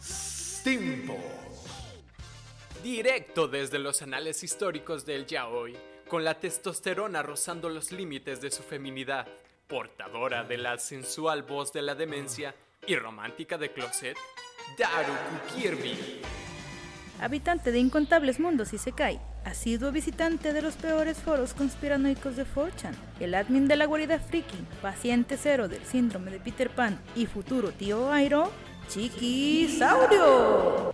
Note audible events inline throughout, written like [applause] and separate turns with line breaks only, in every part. Stimpo.
Directo desde los anales históricos del yaoi, con la testosterona rozando los límites de su feminidad, portadora de la sensual voz de la demencia y romántica de closet, Daruku Kirby.
Habitante de incontables mundos y se cae, asiduo visitante de los peores foros conspiranoicos de 4chan, el admin de la guarida friki, paciente cero del síndrome de Peter Pan y futuro tío Airo, Chiquisaurio.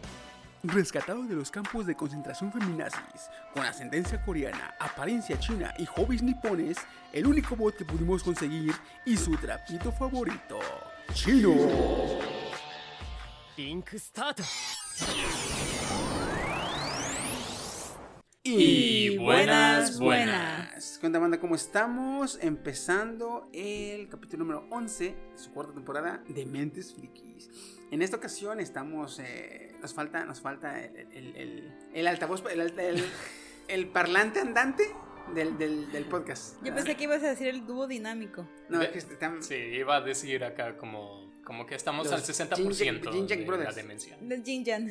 Rescatado de los campos de concentración feminazis, con ascendencia coreana, apariencia china y hobbies nipones, el único bot que pudimos conseguir y su trapito favorito, Chino.
Link Start.
Y buenas, buenas.
¿Qué onda, banda? ¿Cómo estamos? Empezando el capítulo número 11 de su cuarta temporada de Mentes Frikis. En esta ocasión estamos. eh, nos falta, nos falta el, el- el- el altavoz, el, alta-
[laughs]
el- el parlante andante del, del- del podcast.
Yo pensé que ibas a decir el dúo dinámico.
No, es que este, están.
Sí, iba a decir acá como, como que estamos
Los
al 60%
Jin Jack- Jin Jack
de la
Brothers.
demencia.
Los Jinjan.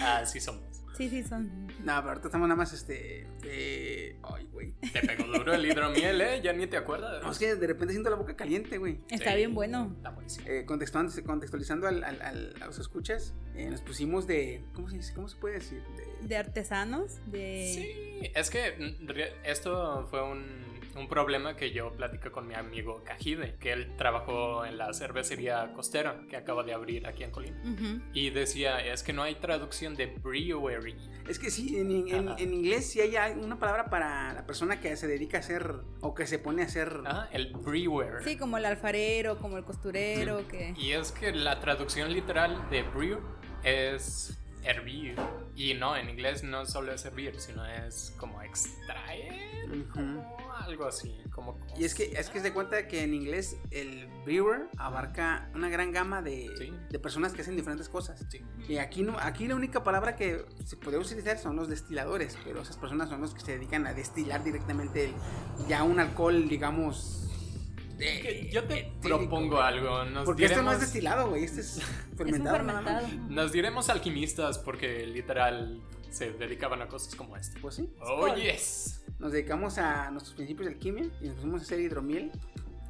Así somos.
Sí, sí, son.
No, pero ahorita estamos nada más este. eh, ay, güey.
Te pegó duro el hidromiel, ¿eh? Ya ni te acuerdas.
No, es que de repente siento la boca caliente, güey.
Está
Sí,
bien bueno.
Está buenísimo.
Eh, contextuando- contextualizando al- al- al- a los escuchas, eh, nos pusimos de. ¿Cómo se dice? ¿Cómo se puede decir? De-
De artesanos, de...
Sí, es que mm, re- esto fue un, un problema que yo platico con mi amigo Cajide, que él trabajó en la cervecería costera que acaba de abrir aquí en Colima.
Ujú.
Y decía, es que no hay traducción de brewery.
Es que sí, en, en-
Ajá.
en inglés sí hay una palabra para la persona que se dedica a hacer o que se pone a hacer.
Ah, el brewer.
Sí, como el alfarero, como el costurero, que...
Y es que la traducción literal de brew es hervir. Y no, en inglés no solo es hervir, sino es como extraer,
Ujú.
como algo así, como
Y es que es que se da cuenta que en inglés el brewer abarca una gran gama de,
Sí.
de personas que hacen diferentes cosas.
Sí.
Y aquí no, aquí la única palabra que se puede utilizar son los destiladores, pero esas personas son los que se dedican a destilar directamente el- ya un alcohol, digamos. eh,
Que Yo te
etílico,
propongo
güey.
algo. Nos
Porque esto no es
diremos-
destilado, güey, este es
Es un
fermentado. nada más.
fermentado.
Nos diremos alquimistas porque literal se dedicaban a cosas como esta.
Pues sí.
Oh, yes.
Nos dedicamos a nuestros principios de alquimia y nos pusimos a hacer hidromiel,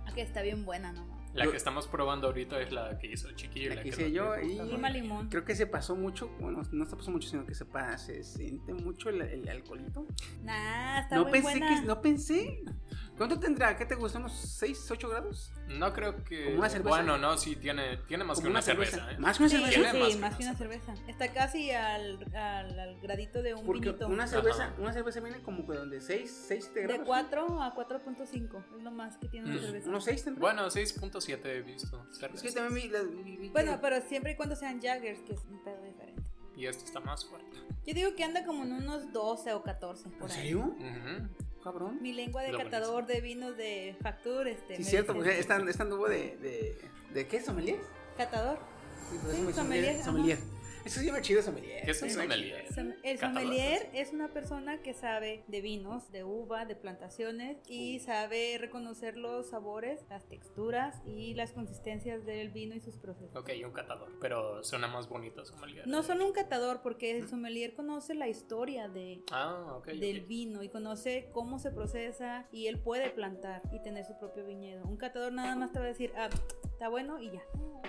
Ah, Que está bien buena, ¿no?
La
Yo-
que estamos probando ahorita es la que hizo el chiquillo.
la que
no
hice
te
yo.
gusta.
Y
Lima limón.
creo que se pasó mucho, bueno, no se pasó mucho, sino que se, pa- se siente mucho el, el alcoholito.
Nah, está
no
muy
pensé
buena.
que, no pensé. ¿Cuánto tendrá? ¿Qué te gusta? ¿Unos 6, 8 grados?
No creo que.
Como una cerveza.
Bueno, no, sí, tiene, tiene más
Como
que una, cerveza. ¿eh?
Más que una
Sí,
cerveza.
Tiene
sí,
más
más,
que
que una cerveza. Está casi al, al, al gradito de un
Porque
vinito.
una cerveza,
Ajá.
una cerveza viene como que donde 6, 6, 7 grados.
De 4 a 4.5 es lo más que tiene una
Mm.
cerveza.
Unos 6 tendrá.
Bueno, 6.7 he visto.
es
cervezas.
que también vi, la- vi- vi
Bueno,
que-
pero siempre y cuando sean Jaggers, que es un pedo diferente.
Y esto está más fuerte.
Yo digo que anda como en unos 12 o 14
¿En
por ahí.
serio?
Ujú.
Cabrón.
Mi lengua de
Lo
catador de vinos de factur, este.
Sí,
me
cierto, pues,
dice-
porque esta, esta anduvo de, de. ¿De qué? ¿Sommelier?
Catador.
Sí, por eso
Sí,
me-
sommelier, ajá.
Sommelier. Eso se llama chido sommelier.
¿Qué es un
Se llama
sommelier?
chido.
Som- El
Catador,
sommelier es una persona que sabe de vinos, de uva, de plantaciones y sabe reconocer los sabores, las texturas y las consistencias del vino y sus procesos.
Ok, un catador. Pero suena más bonito sommelier.
No solo un catador, porque el sommelier conoce la historia de,
Ah, ok.
del
ok.
vino y conoce cómo se procesa y él puede plantar y tener su propio viñedo. Un catador nada más te va a decir, ah, está bueno y ya.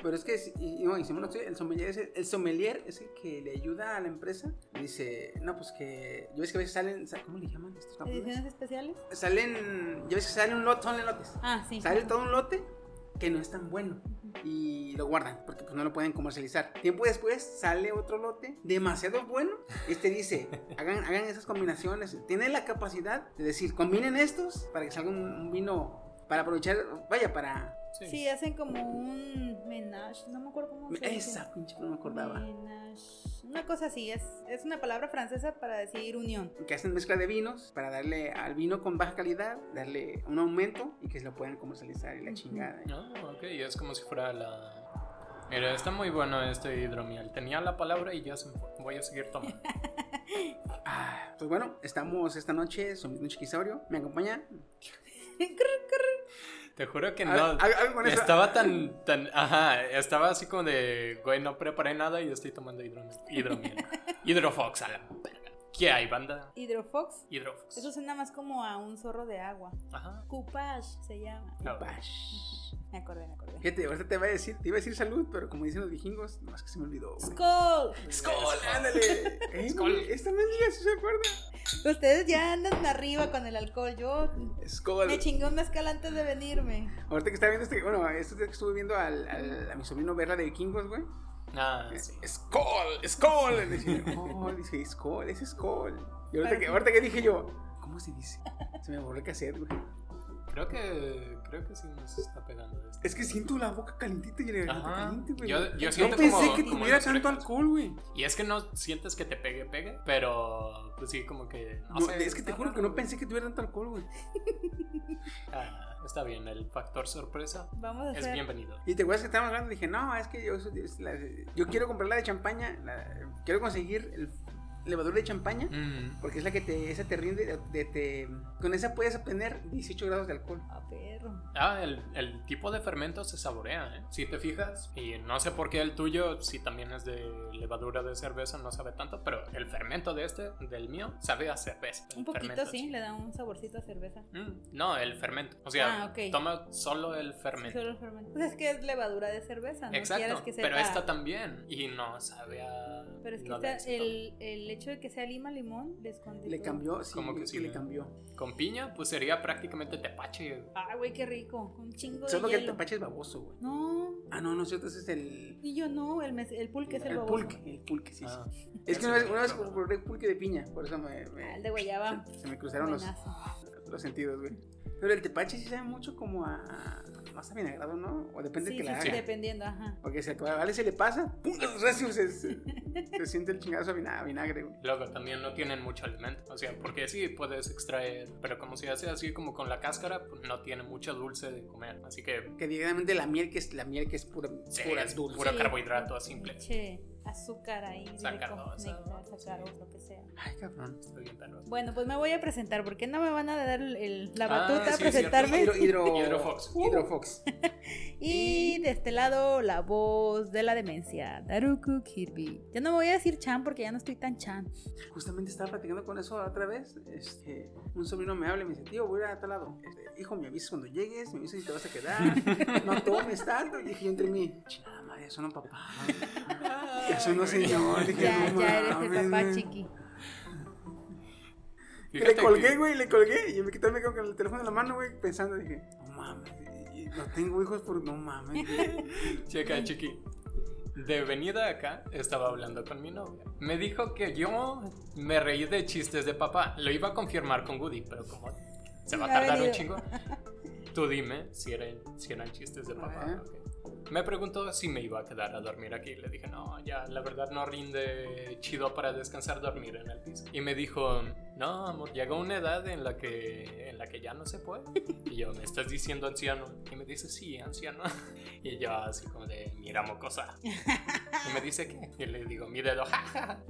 Pero es que, si- y- no, hicimos lo suyo, el sommelier, es el, el sommelier es el que le ayuda a la empresa. Y dice, no, pues que. Yo ves que a veces salen. sa- ¿Cómo le llaman estos cabrones?
¿Ediciones especiales?
Salen. Ya ves que salen un lote, salen lotes.
Ah, sí.
Sale todo un lote que no es tan bueno. Y lo guardan porque pues no lo pueden comercializar. Tiempo después sale otro lote demasiado bueno. Este dice, hagan, hagan esas combinaciones. Tiene la capacidad de decir, combinen estos para que salga un, un vino, para aprovechar, vaya, para
Sí. hacen como un menage, no me acuerdo cómo se dice.
Esa pinche no me acordaba.
Ménage, Una cosa así, es, es una palabra francesa para decir unión. [laughs]
Que hacen mezcla de vinos para darle al vino con baja calidad, darle un aumento y que se lo puedan comercializar y la chingada. ¿eh?
No, ok, es como si fuera la... Mira, está muy bueno este hidromiel. Tenía la palabra y ya se me fue. Voy a seguir
[laughs]
tomando.
Ah, Pues bueno, estamos esta noche, soy un Chiquisorio. ¿Me acompaña?
Te juro que
Al-
no.
al- algo con eso.
estaba tan, tan. Ajá, estaba así como de. Güey, no preparé nada y estoy tomando hidromiel.
[laughs]
Hidromiel. Hidrofox a la verga. ¿Qué hay, banda?
Hidrofox,
Hidrofox.
eso suena más como a un zorro de agua.
Ajá. Ah,
Coupage se llama.
No.
Bash.
Me acordé, me acordé.
Fíjate, ahorita te iba a decir, te iba a decir salud, pero como dicen los vikingos, no, es que se me olvidó. güey.
¡Skull!
¡Skol! ¡Ándale!
[laughs]
Eh,
Skol.
Esta mendiga sí se acuerda.
Ustedes ya andan arriba con el alcohol. Yo
¡Skol!
me chingué un mezcal antes de venirme.
Ahorita que estaba viendo este, bueno, esto que estuve viendo al, al- a mi sobrino verla de vikingos, güey.
Ah,
Eh,
sí.
¡Skol!
[laughs]
¡Skol! Dije, "Skol", dije, ¡Skol! "Oh", ¡Es Skol! Y ahorita
Pero
que,
sí.
ahorita que dije yo, ¿cómo se dice? Se me borró el cassette, güey.
Creo que. Creo que sí nos está pegando esto.
Es que siento la boca calentita y la garganta
Ajá.
caliente, güey.
Yo- yo
no
siento
pensé
como-
que
como
tuviera
las
tanto
orejas.
alcohol, güey.
Y es que no sientes que te pegue, pegue, pero. Pues sí, como que. No,
No,
sé,
es que te
está
juro que
raro.
no pensé que tuviera tanto alcohol, güey.
Ah, está bien, el factor sorpresa
Vamos a
es
hacer.
bienvenido.
Y te acuerdas que estábamos hablando, dije, no, es que yo, soy- es la- yo quiero comprar la de champaña, la- quiero conseguir el levadura de champaña,
Mm.
porque es la que te, esa te rinde, de- de- te- con esa puedes obtener 18 grados de alcohol.
Ah, perro.
Ah, el, el tipo de fermento se saborea, ¿eh? Si te fijas. Y no sé por qué el tuyo, si también es de levadura de cerveza, no sabe tanto, pero el fermento de este, del mío, sabe a cerveza.
Un
El
poquito
fermento
sí,
chino.
le da un saborcito a cerveza.
Mm, no, el fermento. O sea,
Ah, ok.
toma solo el fermento.
Solo el fermento. Pues es que es levadura de cerveza, no quieres
Exacto,
que sepa.
pero esta también. Y no sabe a.
Pero es que
no le
esta-
hace
el, el hecho de que sea lima limón les conté
Le
todo.
cambió, sí,
Como que
que
sí,
le
¿no?
cambió.
tanto. Con piña, pues sería prácticamente tepache.
Ah, güey, qué rico. Un chingo de
Solo que el
hielo.
tepache es baboso, güey.
No,
Ah, no, no, cierto, ese es el...
y yo no, el, mes- el pulque es el,
El
baboso.
pulque, el pulque, sí,
Ah,
sí. Es que una vez, una vez
no, no.
compré pulque de piña, por eso me... me-
Ah, el de guayaba.
se, se me cruzaron los,
Buenazo.
los sentidos, güey. Pero el tepache sí sabe mucho como a... a- Más a vinagrado, ¿no? O depende
Sí,
de que la
sí, sí,
haga.
dependiendo, ajá.
Porque si al vale se le pasa, ¡pum! los recios se, se- se siente el chingazo a vina- a vinagre, güey.
Luego también no tienen mucho alimento, o sea, porque sí puedes extraer, pero como se hace así como con la cáscara, pues no tiene mucho dulce de comer, así que
Que directamente la miel que es la miel que es pura,
sí,
pura
es
dulce.
puro
Sí.
carbohidrato simple.
Che, azúcar ahí. directo,
Sacarosa,
néctar,
sí.
sacarosa, lo que sea.
Ay, cabrón.
Está bien, perro.
Bueno, pues me voy a presentar, porque no me van a dar el- el- la
Ah,
batuta a
sí, es cierto.
presentarme.
Hidro, hidro,
Hidrofox.
[laughs] Hidrofox.
Y de este lado, la voz de la demencia, Daruku Kirby. Ya no me voy a decir Chan porque ya no estoy tan Chan.
Justamente estaba platicando con eso la otra vez. Este, un sobrino me habla y me dice, tío, voy a ir a tal lado. Este, hijo, me avisas cuando llegues, me avisas si te vas a quedar. no tomes tanto. Y dije yo entre mí, chingada madre, eso no
[laughs]
papá. Ya soy no señor. Dije,
Ya,
"No
ya eres el
mames,
papá
güey".
chiqui. [laughs]
Que
Fíjate
le colgué,
que-
güey, le colgué. Y me quité el micrófono con el teléfono en la mano, güey, pensando, dije, no mames, y- y no tengo hijos por. No mames.
Checa, chiqui. De venida acá, estaba hablando con mi novia. Me dijo que yo me reí de chistes de papá. Lo iba a confirmar con Woody, pero como se va a
Ya ha
tardar un
venido.
chingo. Tú dime si eran, si eran chistes de papá.
Ajá.
ok. Me preguntó si me iba a quedar a dormir aquí. Le dije, no, ya, la verdad no rinde chido para descansar dormir en el piso. Y me dijo, no, amor, llegó una edad en la que, en la que ya no se puede. Y yo, ¿me estás diciendo anciano? Y me dice, sí, anciano. [laughs] Y yo así como de, mira mocosa. Y me dice, ¿qué? Y le digo, mi dedo, [laughs] ja, ja, ja".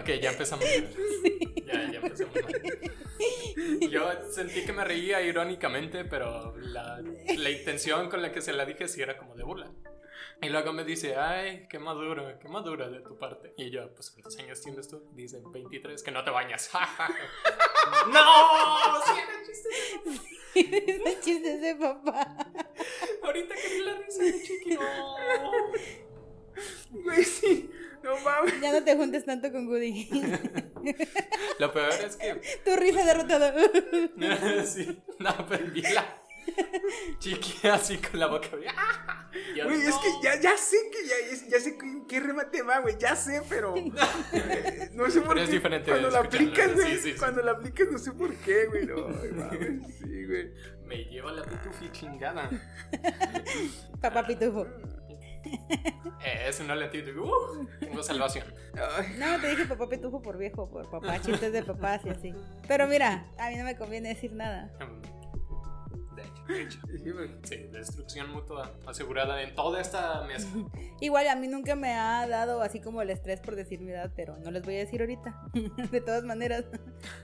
Ok, ya empezamos. mal. Ya, ya empezamos. mal. Yo sentí que me reía irónicamente, pero la, la intención con la que se la dije sí era como de burla. Y luego me dice, ay, qué maduro, qué madura de tu parte. Y yo, pues, ¿cuántos años tienes tú? Dicen, 23, que no te bañas. [laughs] Ja, ja, ja. ¡No! Sí, era chiste.
Esos chistes Este de papá.
Ahorita que vi la risa de Chiqui, no.
Güey, sí, no mames.
Ya no te juntes tanto con Woody. [laughs]
Lo peor es que
tu risa derrotada.
[laughs] sí. No, pero vi la chiqui así con la boca abierta.
Güey, es que ya, ya sé que ya, es- ya sé que, qué remate va, güey. Ya sé, pero. eh, no sé por
Pero es
qué.
diferente
Cuando la
escucharlo,
aplicas,
sí,
güey.
sí, sí.
Cuando la aplicas, no sé por qué, güey. No, mames, sí, güey.
Me lleva la pitufi chingada.
Papá pitufo.
Eh, es una lentita.
[laughs]
Uh, tengo salvación.
Ay,
No, te dije papá pitufo por viejo, por papá, chistes de papá, así, así. Pero mira, a mí no me conviene decir nada.
Mm. Em, De hecho, de hecho.
sí, güey.
Sí, destrucción mutua asegurada en toda esta mesa.
[laughs] Igual a mí nunca me ha dado así como el estrés por decir mi edad, pero no les voy a decir ahorita. [laughs] De todas maneras.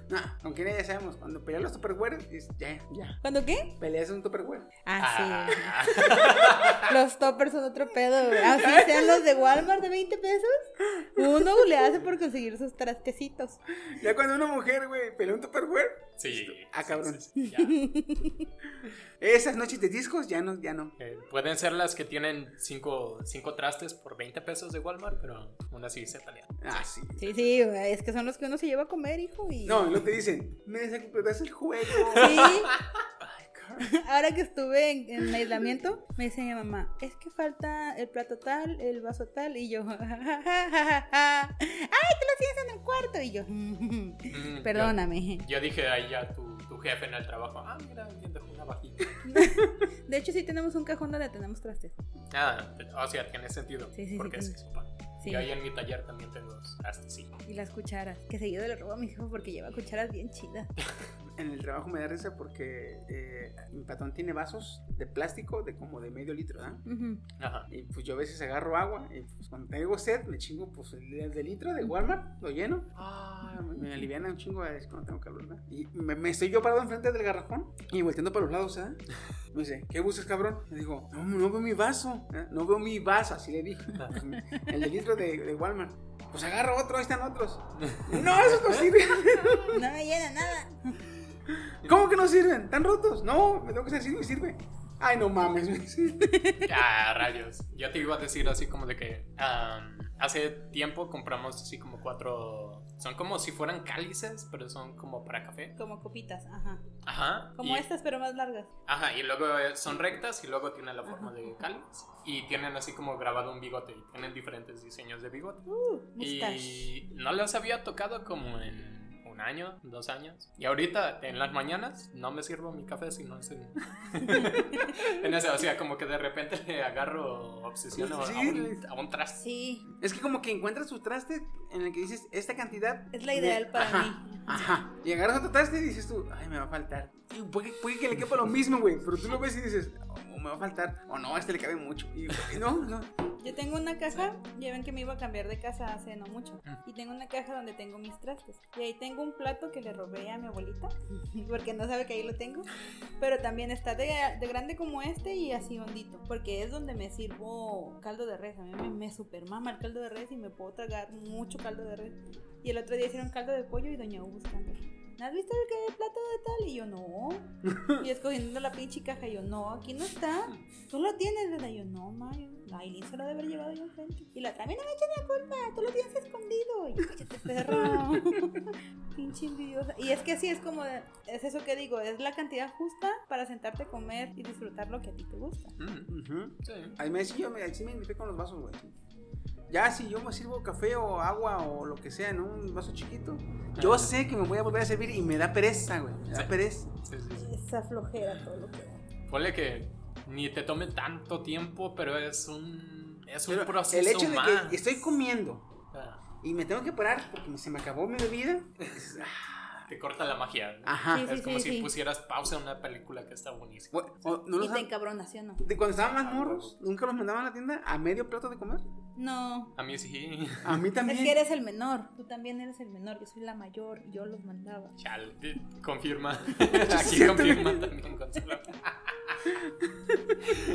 No, aunque ya sabemos, cuando peleas los Tupperware, es ya, ya.
¿Cuándo qué?
Peleas un Tupperware.
Ah, sí. Los toppers son otro pedo. güey. Así sean los de Walmart de 20 pesos. Uno le hace por conseguir sus trastecitos.
Ya cuando una mujer, güey, pelea un Tupperware,
Sí.
ah, cabrón.
sí, ya.
Esas noches de discos, ya no, ya no.
Eh, pueden ser las que tienen cinco, cinco trastes por 20 pesos de Walmart, pero aún así se talía.
Ah, sí.
Sí, sí, güey, es que son los que uno se lleva a comer, hijo. Y...
No, y luego te dicen, me desacompletas el juego.
[laughs] Sí. Ahora que estuve en, en aislamiento, me dice mi mamá, es que falta el plato tal, el vaso tal, y yo, "Ja, ja, ja, ja, ja. ay, te lo tienes en el cuarto, y yo, [laughs] "Mm,
Mm,
perdóname.
Yo, yo dije ahí ya tu, tu jefe en el trabajo, ah, mira, alguien dejó una vajilla.
De hecho, sí tenemos un cajón donde tenemos trastes.
Ah, o sea, tiene sentido,
Sí, sí, sí,
porque
tiene-
es sopa.
Sí.
Yo ahí en mi taller también tengo trastes, sí.
Y las cucharas, que seguido le robo a mi hijo porque lleva cucharas bien chidas.
En el trabajo me da risa porque eh, mi patrón tiene vasos de plástico de como de medio litro, ¿ah?
Ujú.
Ajá.
Y pues yo a veces agarro agua y pues cuando tengo sed me chingo pues el de, el de litro de Walmart, lo lleno. Ah, me, me aliviana un chingo a veces cuando tengo calor, ¿verdad? Y me, me estoy yo parado enfrente del garrafón y volteando para los lados, ¿ah? Me dice, ¿qué buscas, cabrón? Le digo, no, no veo mi vaso, ¿ah? no veo mi vaso, así le dije. [laughs] El de litro de, de Walmart. Pues agarro otro, ahí están otros. No, esos no sirven.
No me llena nada.
¿Cómo que no sirven? ¿Están rotos? No, me tengo que decir, me sirve. Ay, no mames, [laughs] me dice.
Ah, rayos. Yo te iba a decir así como de que am, hace tiempo compramos así como cuatro. Son como si fueran cálices, pero son como para café.
Como copitas, ajá.
Ajá.
Como este.
y-
estas, pero más largas.
Ajá, y luego eh, son rectas y luego tienen la forma de cáliz. Y tienen así como grabado un bigote y tienen diferentes diseños de bigote.
Uh, mustache.
Y no los había tocado como en un año, dos años. Y ahorita en las mañanas no me sirvo mi café si no es en, [laughs] en ese. O sea, como que de repente le agarro obsesión a, a
Sí.
un, a un traste.
Sí,
Es que como que encuentras tu traste en el que dices, esta cantidad.
es la
me-
ideal para
Ajá.
mí.
Ajá. Y agarras otro traste y dices tú, ay, me va a faltar. Y puede, puede que le quepa lo mismo, güey. Pero tú lo ves y dices, o me va a faltar. O no, a este le cabe mucho. Y [laughs] güey, no, no.
Yo tengo una caja, ya ven que me iba a cambiar de casa hace no mucho, y tengo una caja donde tengo mis trastes. Y ahí tengo un plato que le robé a mi abuelita, porque no sabe que ahí lo tengo, pero también está de, de grande como este y así hondito, porque es donde me sirvo caldo de res. A mí me, me super mama el caldo de res y me puedo tragar mucho caldo de res. Y el otro día hicieron caldo de pollo y doña U buscando. ¿No has visto el, que- el plato de tal? Y yo, no. Y escogiendo la pinche caja, y yo, no, aquí no está. Tú lo tienes, ¿verdad? Yo, no, Mario. Ay, Lisa lo debe haber llevado yo enfrente. Y la otra, a mí no me echen la culpa, tú lo tienes escondido. Y yo, cállate, perro. [laughs] Pinche envidiosa. Y es que así es como, de- es eso que digo, es la cantidad justa para sentarte a comer y disfrutar lo que a ti te gusta.
Mm,
Ujú.
sí.
Ahí me sí, yo me, sí me identifico con los vasos, güey. Ya si yo me sirvo café o agua o lo que sea en un vaso chiquito, yo
Ajá.
sé que me voy a volver a servir y me da pereza, güey. Me da
Sí.
pereza.
Sí, sí, sí.
Esa flojera todo lo que da.
Ponle que ni te tome tanto tiempo, pero es un, es un
Pero
proceso
el hecho de
más.
que estoy comiendo
Ah,
y me tengo que parar porque se me acabó mi bebida. ah,
Te corta la magia.
Ajá.
Sí, sí,
es como
sí,
si
sí.
pusieras pausa a una película que está buenísima.
O- o no
Y
los
te
han-
encabronas, ¿sí o no?
de cuando estaban más morros, nunca los mandaban a la tienda a medio plato de comer.
No.
A mí sí.
[laughs]
A mí
Es
también.
que eres el menor, tú también eres el menor, yo soy la mayor, yo los mandaba.
Chale, te-
[laughs]
confirma.
Sí,
Aquí
cierto.
confirma también Gonzalo.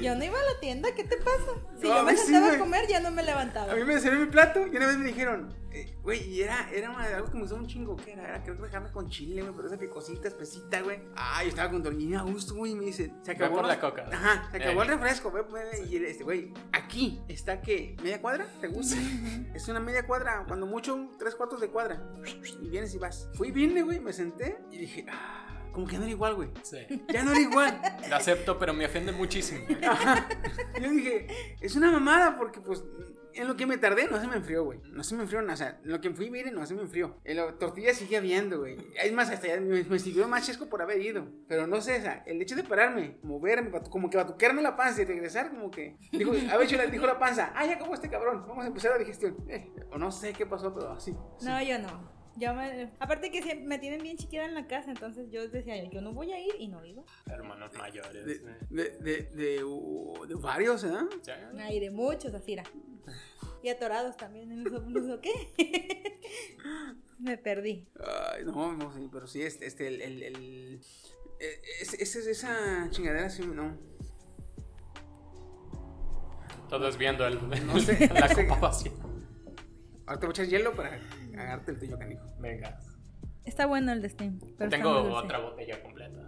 Yo no iba a la tienda, ¿qué te pasa? Si
No,
yo
a
me
mí sí,
sentaba a
güey.
comer, ya no me levantaba.
A mí me sirvió mi plato y una vez me dijeron, eh, güey, y era, era una- algo que me gustaba un chingo, que era, era creo que carne con chile, güey, pero esa picosita, espesita, güey. Ay, yo estaba con dormida a gusto, güey, y me dicen, se acabó.
por
el-
la coca.
Ajá, se acabó
Eh.
el refresco, güey, güey, y este, güey, aquí está que, media cuadra, ¿te gusta? es una media cuadra, cuando mucho, un tres cuartos de cuadra. Y vienes y vas. Fui, vine, güey, me senté y dije, ah, como que no era igual, güey.
Sí.
Ya no era igual.
Lo acepto, pero me ofende muchísimo.
Ajá. Yo dije, es una mamada porque pues en lo que me tardé no se me enfrió, güey. No se me enfrió, no, o sea, en lo que fui, miren, no se me enfrió. En la tortilla sigue habiendo, güey. Es más, hasta ya me, me sirvió más chesco por haber ido. Pero no sé, o sea, el hecho de pararme, moverme, batu- como que batuquearme la panza y regresar, como que... Dijo, a ver, chula, dijo la panza, ah, ya acabó este cabrón, vamos a empezar la digestión. Eh, o no sé qué pasó, pero así. así.
No, yo no. Yo me- aparte que siempre me tienen bien chiquita en la casa, entonces yo decía, yo no voy a ir y no iba.
Hermanos mayores.
De,
eh.
de, de, de, uh, de varios, ¿eh?
Ya.
Ay, de muchos, así era. Y atorados también en los hombros, ¿o
[laughs]
qué? me perdí.
Ay, no, no, sí, pero sí, este, este, el, el, el- eh, es- es- esa chingadera sí, no.
Todos viendo el,
No sé,
[laughs] la
no sé.
copa vacía.
Ahora te voy a echar hielo para agarrarte el tuyo, canijo.
Venga.
Está bueno el destino. Pero está muy
Tengo
dulce.
otra botella completa.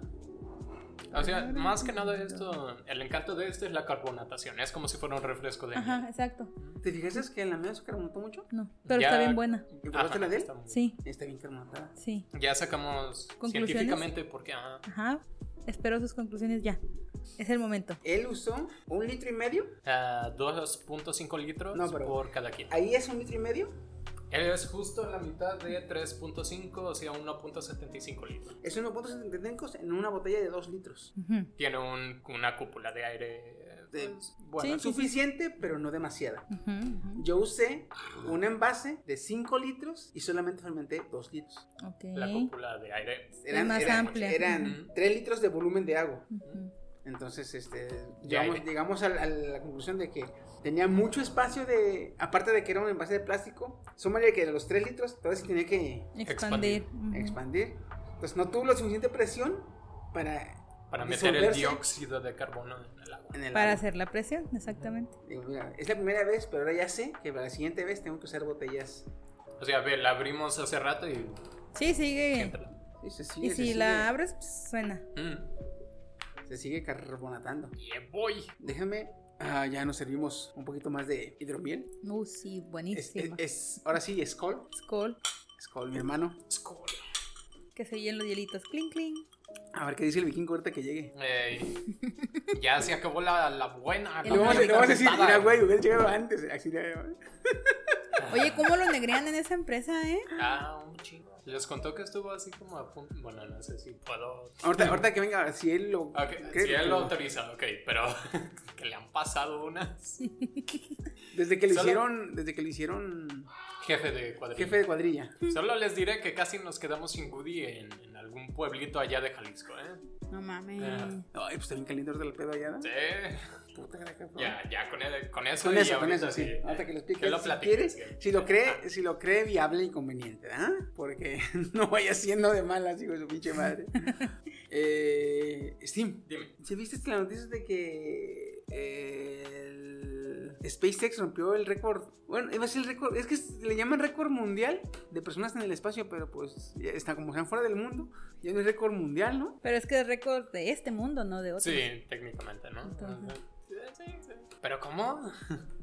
O sea, más que nada esto, el encanto de este es la carbonatación. Es como si fuera un refresco de
Ajá,
miel.
exacto.
¿Te fijas que la mía se caramontó mucho?
No, pero
Ya-
está bien buena.
¿Y probaste la de él?
está muy-
Sí,
Está bien caramontada.
sí.
Ya sacamos
¿Conclusiones?
científicamente porque ajá,
Ajá. Espero sus conclusiones ya. Es el momento.
Él usó un litro y medio.
ah, 2.5 litros
No, pero-
por cada quien.
Ahí es un litro y medio.
Es justo la mitad de 3.5, o sea, 1.75 litros.
Es 1.75 en una botella de 2 litros.
Ujú.
Tiene un- una cúpula de aire. eh,
De-
pues, bueno,
Sí, sí,
Suficiente, pero no demasiada.
Ujú, ujú.
Yo usé un envase de 5 litros y solamente fermenté 2 litros.
Ok.
la cúpula de aire.
más
eran,
amplia.
Eran
Ujú.
3 litros de volumen de agua.
Ujú.
Entonces, este,
Ya,
llegamos,
ya.
llegamos a, la, a la conclusión de que tenía mucho espacio de, aparte de que era un envase de plástico, sumaría que de los 3 litros, entonces tenía que
Expandir.
Expandir.
Ujú.
expandir. Entonces no tuvo la suficiente presión para
Para meter el
disolverse
dióxido de carbono en el agua.
en el
Para
agua.
hacer la presión, exactamente.
Digo, mira, es la primera vez, pero ahora ya sé que para la siguiente vez tengo que usar botellas.
O sea, ve, la abrimos hace rato y.
Sí, sigue.
entra.
Sí, se sigue,
Y
se
si
sigue-
la abres, pues, suena.
Mm.
se sigue carbonatando.
Yeah, boy.
Déjame, ah, ya nos servimos un poquito más de hidromiel.
Uh, sí,
Es, es-
buenísima.
es- ahora sí, Skull.
Skull,
Skull, mi hermano.
Skull.
que se oyen los hielitos. Cling, cling.
A ver qué dice el vikingo ahorita que llegue.
Ey, ya se acabó la, la buena.
Y
la
Le vamos, a- le
buena
vamos a decir,
cantada.
mira, güey, hubiera llegado antes. Así de- Ah.
Oye, ¿cómo lo negrean en esa empresa, eh?
Ah, un chingo. Les contó que estuvo así como a punto. Bueno, no sé si puedo.
Ahorita, ahorita que venga, si él lo.
Ok,
creo
Ah, si él lo
que-
autoriza, ok, pero [laughs] que le han pasado unas.
Desde que lo
Solo-
hicieron, desde que lo hicieron
Jefe de cuadrilla.
jefe de cuadrilla.
Solo les diré que casi nos quedamos sin Goody en, en algún pueblito allá de Jalisco, ¿eh?
[laughs] No mames.
Ah.
Ay, pues está bien caliente ahorita el pedo allá, ¿no?
Sí.
Puta que la cabrón.
Ya, ya, con, el- con eso.
Con
y
eso, con
ahorita
eso, sí. Ahorita que lo explique.
lo
si
platiques,
quieres,
sí.
si lo cree,
Ah,
si lo cree viable y conveniente, ¿ah? Porque [laughs] no vaya siendo de malas, hijo de su pinche
[laughs]
madre. eh, Steam.
dime.
¿Sí viste la noticia de que eh, el SpaceX rompió el récord? Bueno, iba a ser el récord, es que le llaman récord mundial de personas en el espacio, pero pues ya está como sean fuera del mundo, ya no es récord mundial, ¿no?
Pero es que es récord de este mundo, no de otro.
Sí, técnicamente, ¿no?
Entonces.
Sí, sí, sí. Pero ¿cómo?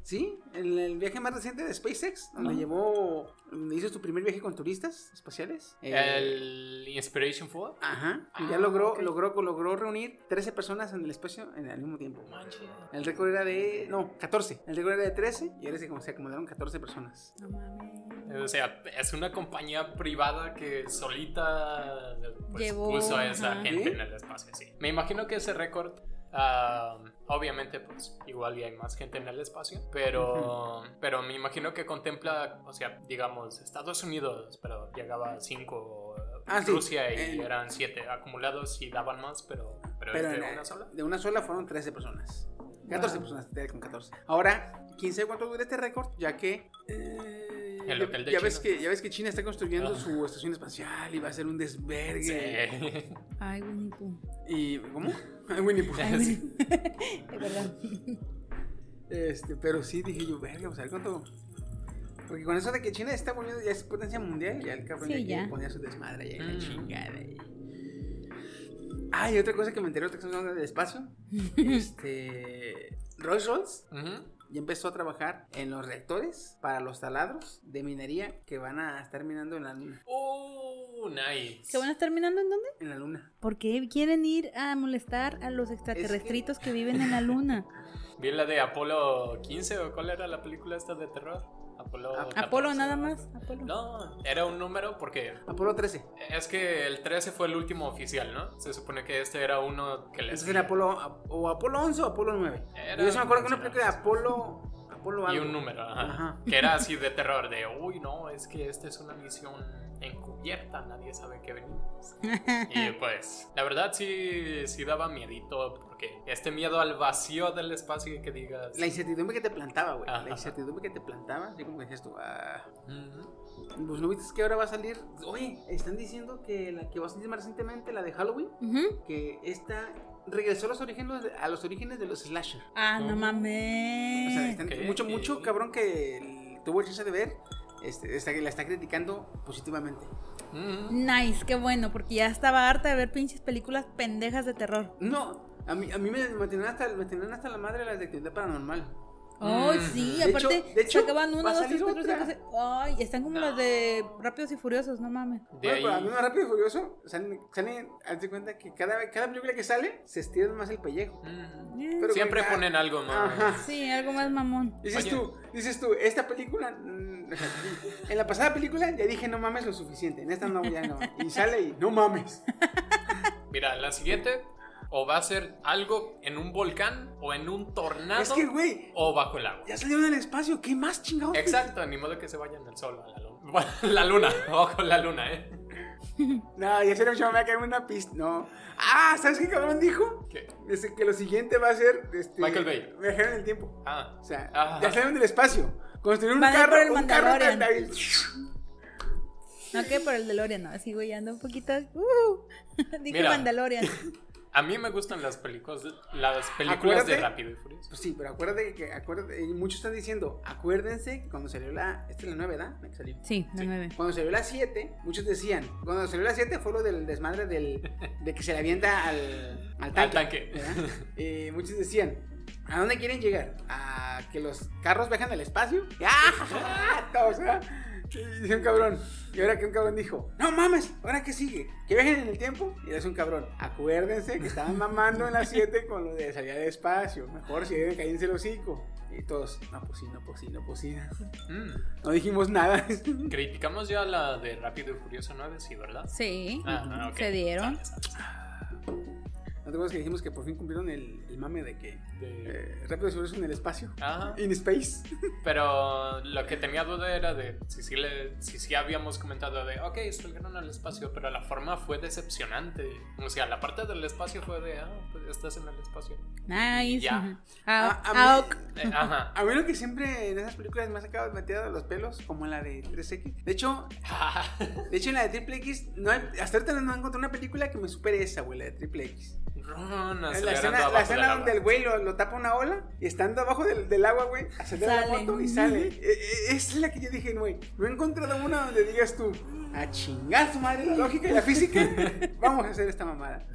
Sí, en el viaje más reciente de SpaceX, donde
Ajá.
llevó, donde hizo su primer viaje con turistas espaciales. eh,
El Inspiration 4.
Ajá, y ya
Ah,
logró,
ok.
logró, logró reunir 13 personas en el espacio en el mismo tiempo.
Manche.
El récord era de. No, 14. El récord era de 13 y ahora se, se acomodaron 14 personas.
No mames.
O sea, es una compañía privada que solita pues,
Llevó,
puso a esa
ajá.
gente en el espacio, sí. Me imagino que ese récord, ah, obviamente, pues igual y hay más gente en el espacio, pero, pero me imagino que contempla, o sea, digamos, Estados Unidos, pero llegaba a 5,
Ah, sí,
Rusia y
en-
eran 7 acumulados y daban más, pero, pero,
Pero
es de
en-
una sola.
de una sola fueron 13 personas. 14 personas, te quedas con 14. Ahora, quién sabe cuánto dura este récord, ya que. eh,
El
ya-
hotel de
ya ves
China.
que Ya ves que China está construyendo
Ah.
su estación espacial y va a ser un desvergue.
Sí. [laughs]
Ay, Winnie
[laughs]
Pooh.
¿Y cómo? Ay, Winnie Pooh.
Ay, [laughs] Winnie- De verdad.
Este, pero sí, dije yo, verga, vamos a ver cuánto. Porque con eso de que China está volviendo ya es potencia mundial, ya el cabrón
Sí,
ya quiere
ya.
poner su desmadre ya
Mm.
la chingada. y- Ah, y otra cosa que me enteré, otra cosa que hablando del espacio. este. Rolls Royce
Ujú.
ya empezó a trabajar en los reactores para los taladros de minería que van a estar minando en la luna.
Oh, Uh, nice.
¿Se van a estar mirando en dónde?
en la luna.
¿Por qué quieren ir a molestar a los extraterrestritos que... viven en la
[laughs]
luna?
Vi la de Apolo 15 o cuál era la película esta de terror. Apolo.
Ah,
14,
Apolo nada
¿no?
más. Apolo.
No, era un número porque
Apolo 13.
es que el 13 fue el último oficial, ¿no? Se supone que este era uno que les
Entonces era Apolo, o Apolo 11 o Apolo 9.
Era
Yo se me acuerdo que
un
una película de Apolo, Apolo
y
algo.
un número, ajá,
Ajá.
que era así de terror de, uy, no, es que esta es una misión encubierta, nadie sabe que
[laughs]
venimos. Y pues, la verdad sí, sí daba miedito, porque este miedo al vacío del espacio y que digas...
La incertidumbre que te plantaba, güey.
Ajá.
La incertidumbre que te plantaba. Así como que decías tú, ah,
"Ujú".
pues no viste que ahora va a salir. Oye, están diciendo que la que va a salir más recientemente, la de Halloween,
Ujú.
que esta regresó a los orígenes, a los orígenes de los slasher.
Ah, no
O sea,
mames.
están-
Ok,
mucho,
ok.
mucho cabrón que el- tuvo chance de ver, este, está- la está criticando positivamente.
Ujú.
Nice, qué bueno, porque ya estaba harta de ver pinches películas pendejas de terror.
No, a mí, a mí me, me tenían hasta, me tenían hasta la madre las de actividad paranormal.
Ay, sí,
Mm. De
aparte
hecho- de hecho,
sacaban
va
una,
a
dos,
salir
tres, cuatro,
otra.
cinco, seis. Ay, están como las de Rápidos y Furiosos, no mames.
De
Bueno, pero a mí
ahí...
más rápido y furioso, salen, salen haz de cuenta que cada, cada película que sale se estiran más el pellejo.
Ujú.
Pero
Siempre
ah,
ponen algo más.
Ajá.
Sí, algo más mamón.
Dices
Oye.
tú, dices tú, esta película, mm, o sea, en la pasada película ya dije no mames lo suficiente, en esta no, ya no. Y sale y no mames.
Mira, la siguiente o va a ser algo en un volcán o en un tornado
Es que, güey,
o bajo el agua.
ya salieron del espacio, ¿qué más chingados?
Exacto, ni modo que se vayan al sol o a la luna. [laughs] Bueno, la luna, ojo, la luna, ¿eh?
No, ya salieron, yo me voy a caer en una pista, no. Ah, ¿sabes qué cabrón dijo?
¿Qué?
Dice que lo siguiente va a ser, este...
Michael Bay.
Viajar en el tiempo.
Ah,
O sea,
Ajá.
ya salieron del espacio. Construir un
Van a ir
carro,
por el
un carro
Mandalorian.
tan- ahí.
No que por el DeLorean, no, así güey, ando un poquito. Uh, [laughs] dije
Mira. [laughs]
Mandalorian.
a mí me gustan las películas, las películas de
Acuérdate.
Rápido y Furioso.
Pues sí, pero acuérdate que, acuérdate, eh, muchos están diciendo, acuérdense que cuando salió la, esta es la 9, ¿verdad? La que salió.
Sí, no me ve.
Cuando salió la 7, muchos decían, cuando salió la 7 fue lo del desmadre del, de que se le avienta al, al tanque.
Al tanque.
[laughs]
¿verdad? Eh, muchos decían, ¿a dónde quieren llegar? ¿A que los carros viajan al espacio? ¡Ah!
[laughs]
Todos, ¿verdad? Y dice un cabrón. Y ahora que un cabrón dijo, no mames, ahora que sigue, que viajen en el tiempo. Y es un cabrón. Acuérdense que estaban mamando en las 7 con lo de salir al espacio. Mejor si deben cállense el hocico. Y todos, no, pues sí, no, pues sí, no, pues sí.
Mm,
No dijimos nada. [laughs]
Criticamos ya la de Rápido y Furioso 9, sí, ¿verdad?
Sí.
Ah, ok.
Se dieron.
Sale, sale.
¿No te acuerdas que dijimos que por fin cumplieron el, el mame de que
De-
eh, rápido y furioso en el espacio?
Ajá.
In space.
Pero lo que tenía duda era de si sí, le- si sí habíamos comentado de, ok, salieron al espacio, pero la forma fue decepcionante. O sea, la parte del espacio fue de, ah, pues estás en el espacio.
Nice.
Ya.
ujú.
A-
Ah,
a
ah,
mí-
ok.
Eh,
[laughs]
ajá. [laughs]
A mí lo que siempre en esas películas me ha sacado metida de los pelos, como en la de 3X. De hecho, de hecho en la de Triple X, no hay- hasta ahorita no he encontrado una película que me supere esa, güey, la de Triple X.
Ron
La
acelerando
escena,
abajo
la
del
escena
agua.
donde el güey lo, lo tapa una ola y estando abajo del, del agua, güey, acelera la
Sale.
moto y sale. E- e- Esa es la que yo dije, güey. No he encontrado una donde digas tú, a chingar su madre la lógica y la física, vamos a hacer esta mamada.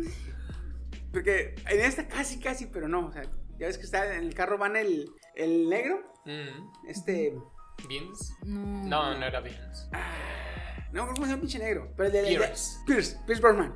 Porque en esta casi, casi, pero no. O sea, ya ves que está en el carro van el, el negro,
Mm,
este.
¿Beans?
No.
No,
Mm.
no era Beans.
No, ¿cómo se llama el pinche negro? Pero el de,
Pierce.
Pierce, Pierce Brosnan. Eh,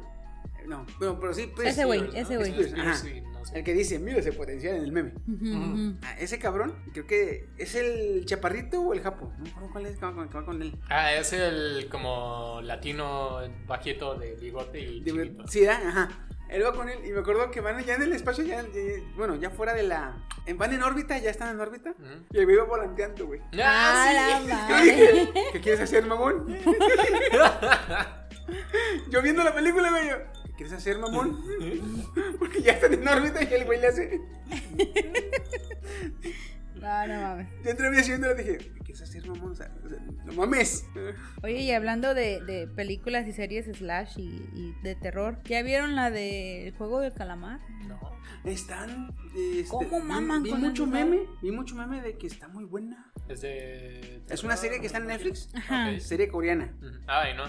No, bueno, pero sí, Pierce.
Ese güey, ese güey.
Pierce, ajá.
Sí, no sé.
El que dice, mira ese potencial en el meme.
Ujú, ujú.
Mm.
Ah, ese cabrón, creo que es el chaparrito o el japo. No me acuerdo cuál es que va con, que va con él.
Ah, es el como latino bajito de bigote y
De-
chiquito.
Sí, ¿verdad? ajá. Él va con él y me acuerdo que van ya en el espacio, ya, ya- bueno, ya fuera de la... en- Van en órbita, ya están en órbita.
Ujú.
Y el güey va volanteando, güey.
Mm. Ah,
Ah, la
Yo
madre. [laughs]
dije, ¿qué quieres hacer, mamón? yo viendo la película, güey, yo, ¿qué quieres
[laughs]
hacer, mamón? Porque ya están en órbita y el güey le hace...
No, Ah, no mames.
Yo entre mí viéndola dije, ¿qué quieres hacer, mamón? O sea, o sea, no mames.
Oye, y hablando de, de películas y series slash y, y de terror, ¿ya vieron la de El Juego del Calamar? [laughs]
no.
Están. Este,
¿Cómo
vi-
maman
vi,
con
mucho
eso,
meme. Vi mucho meme de que está muy buena.
Es de.
Es una serie que está en Netflix.
Ajá.
Ok.
Serie coreana.
Ujú. Ay, no.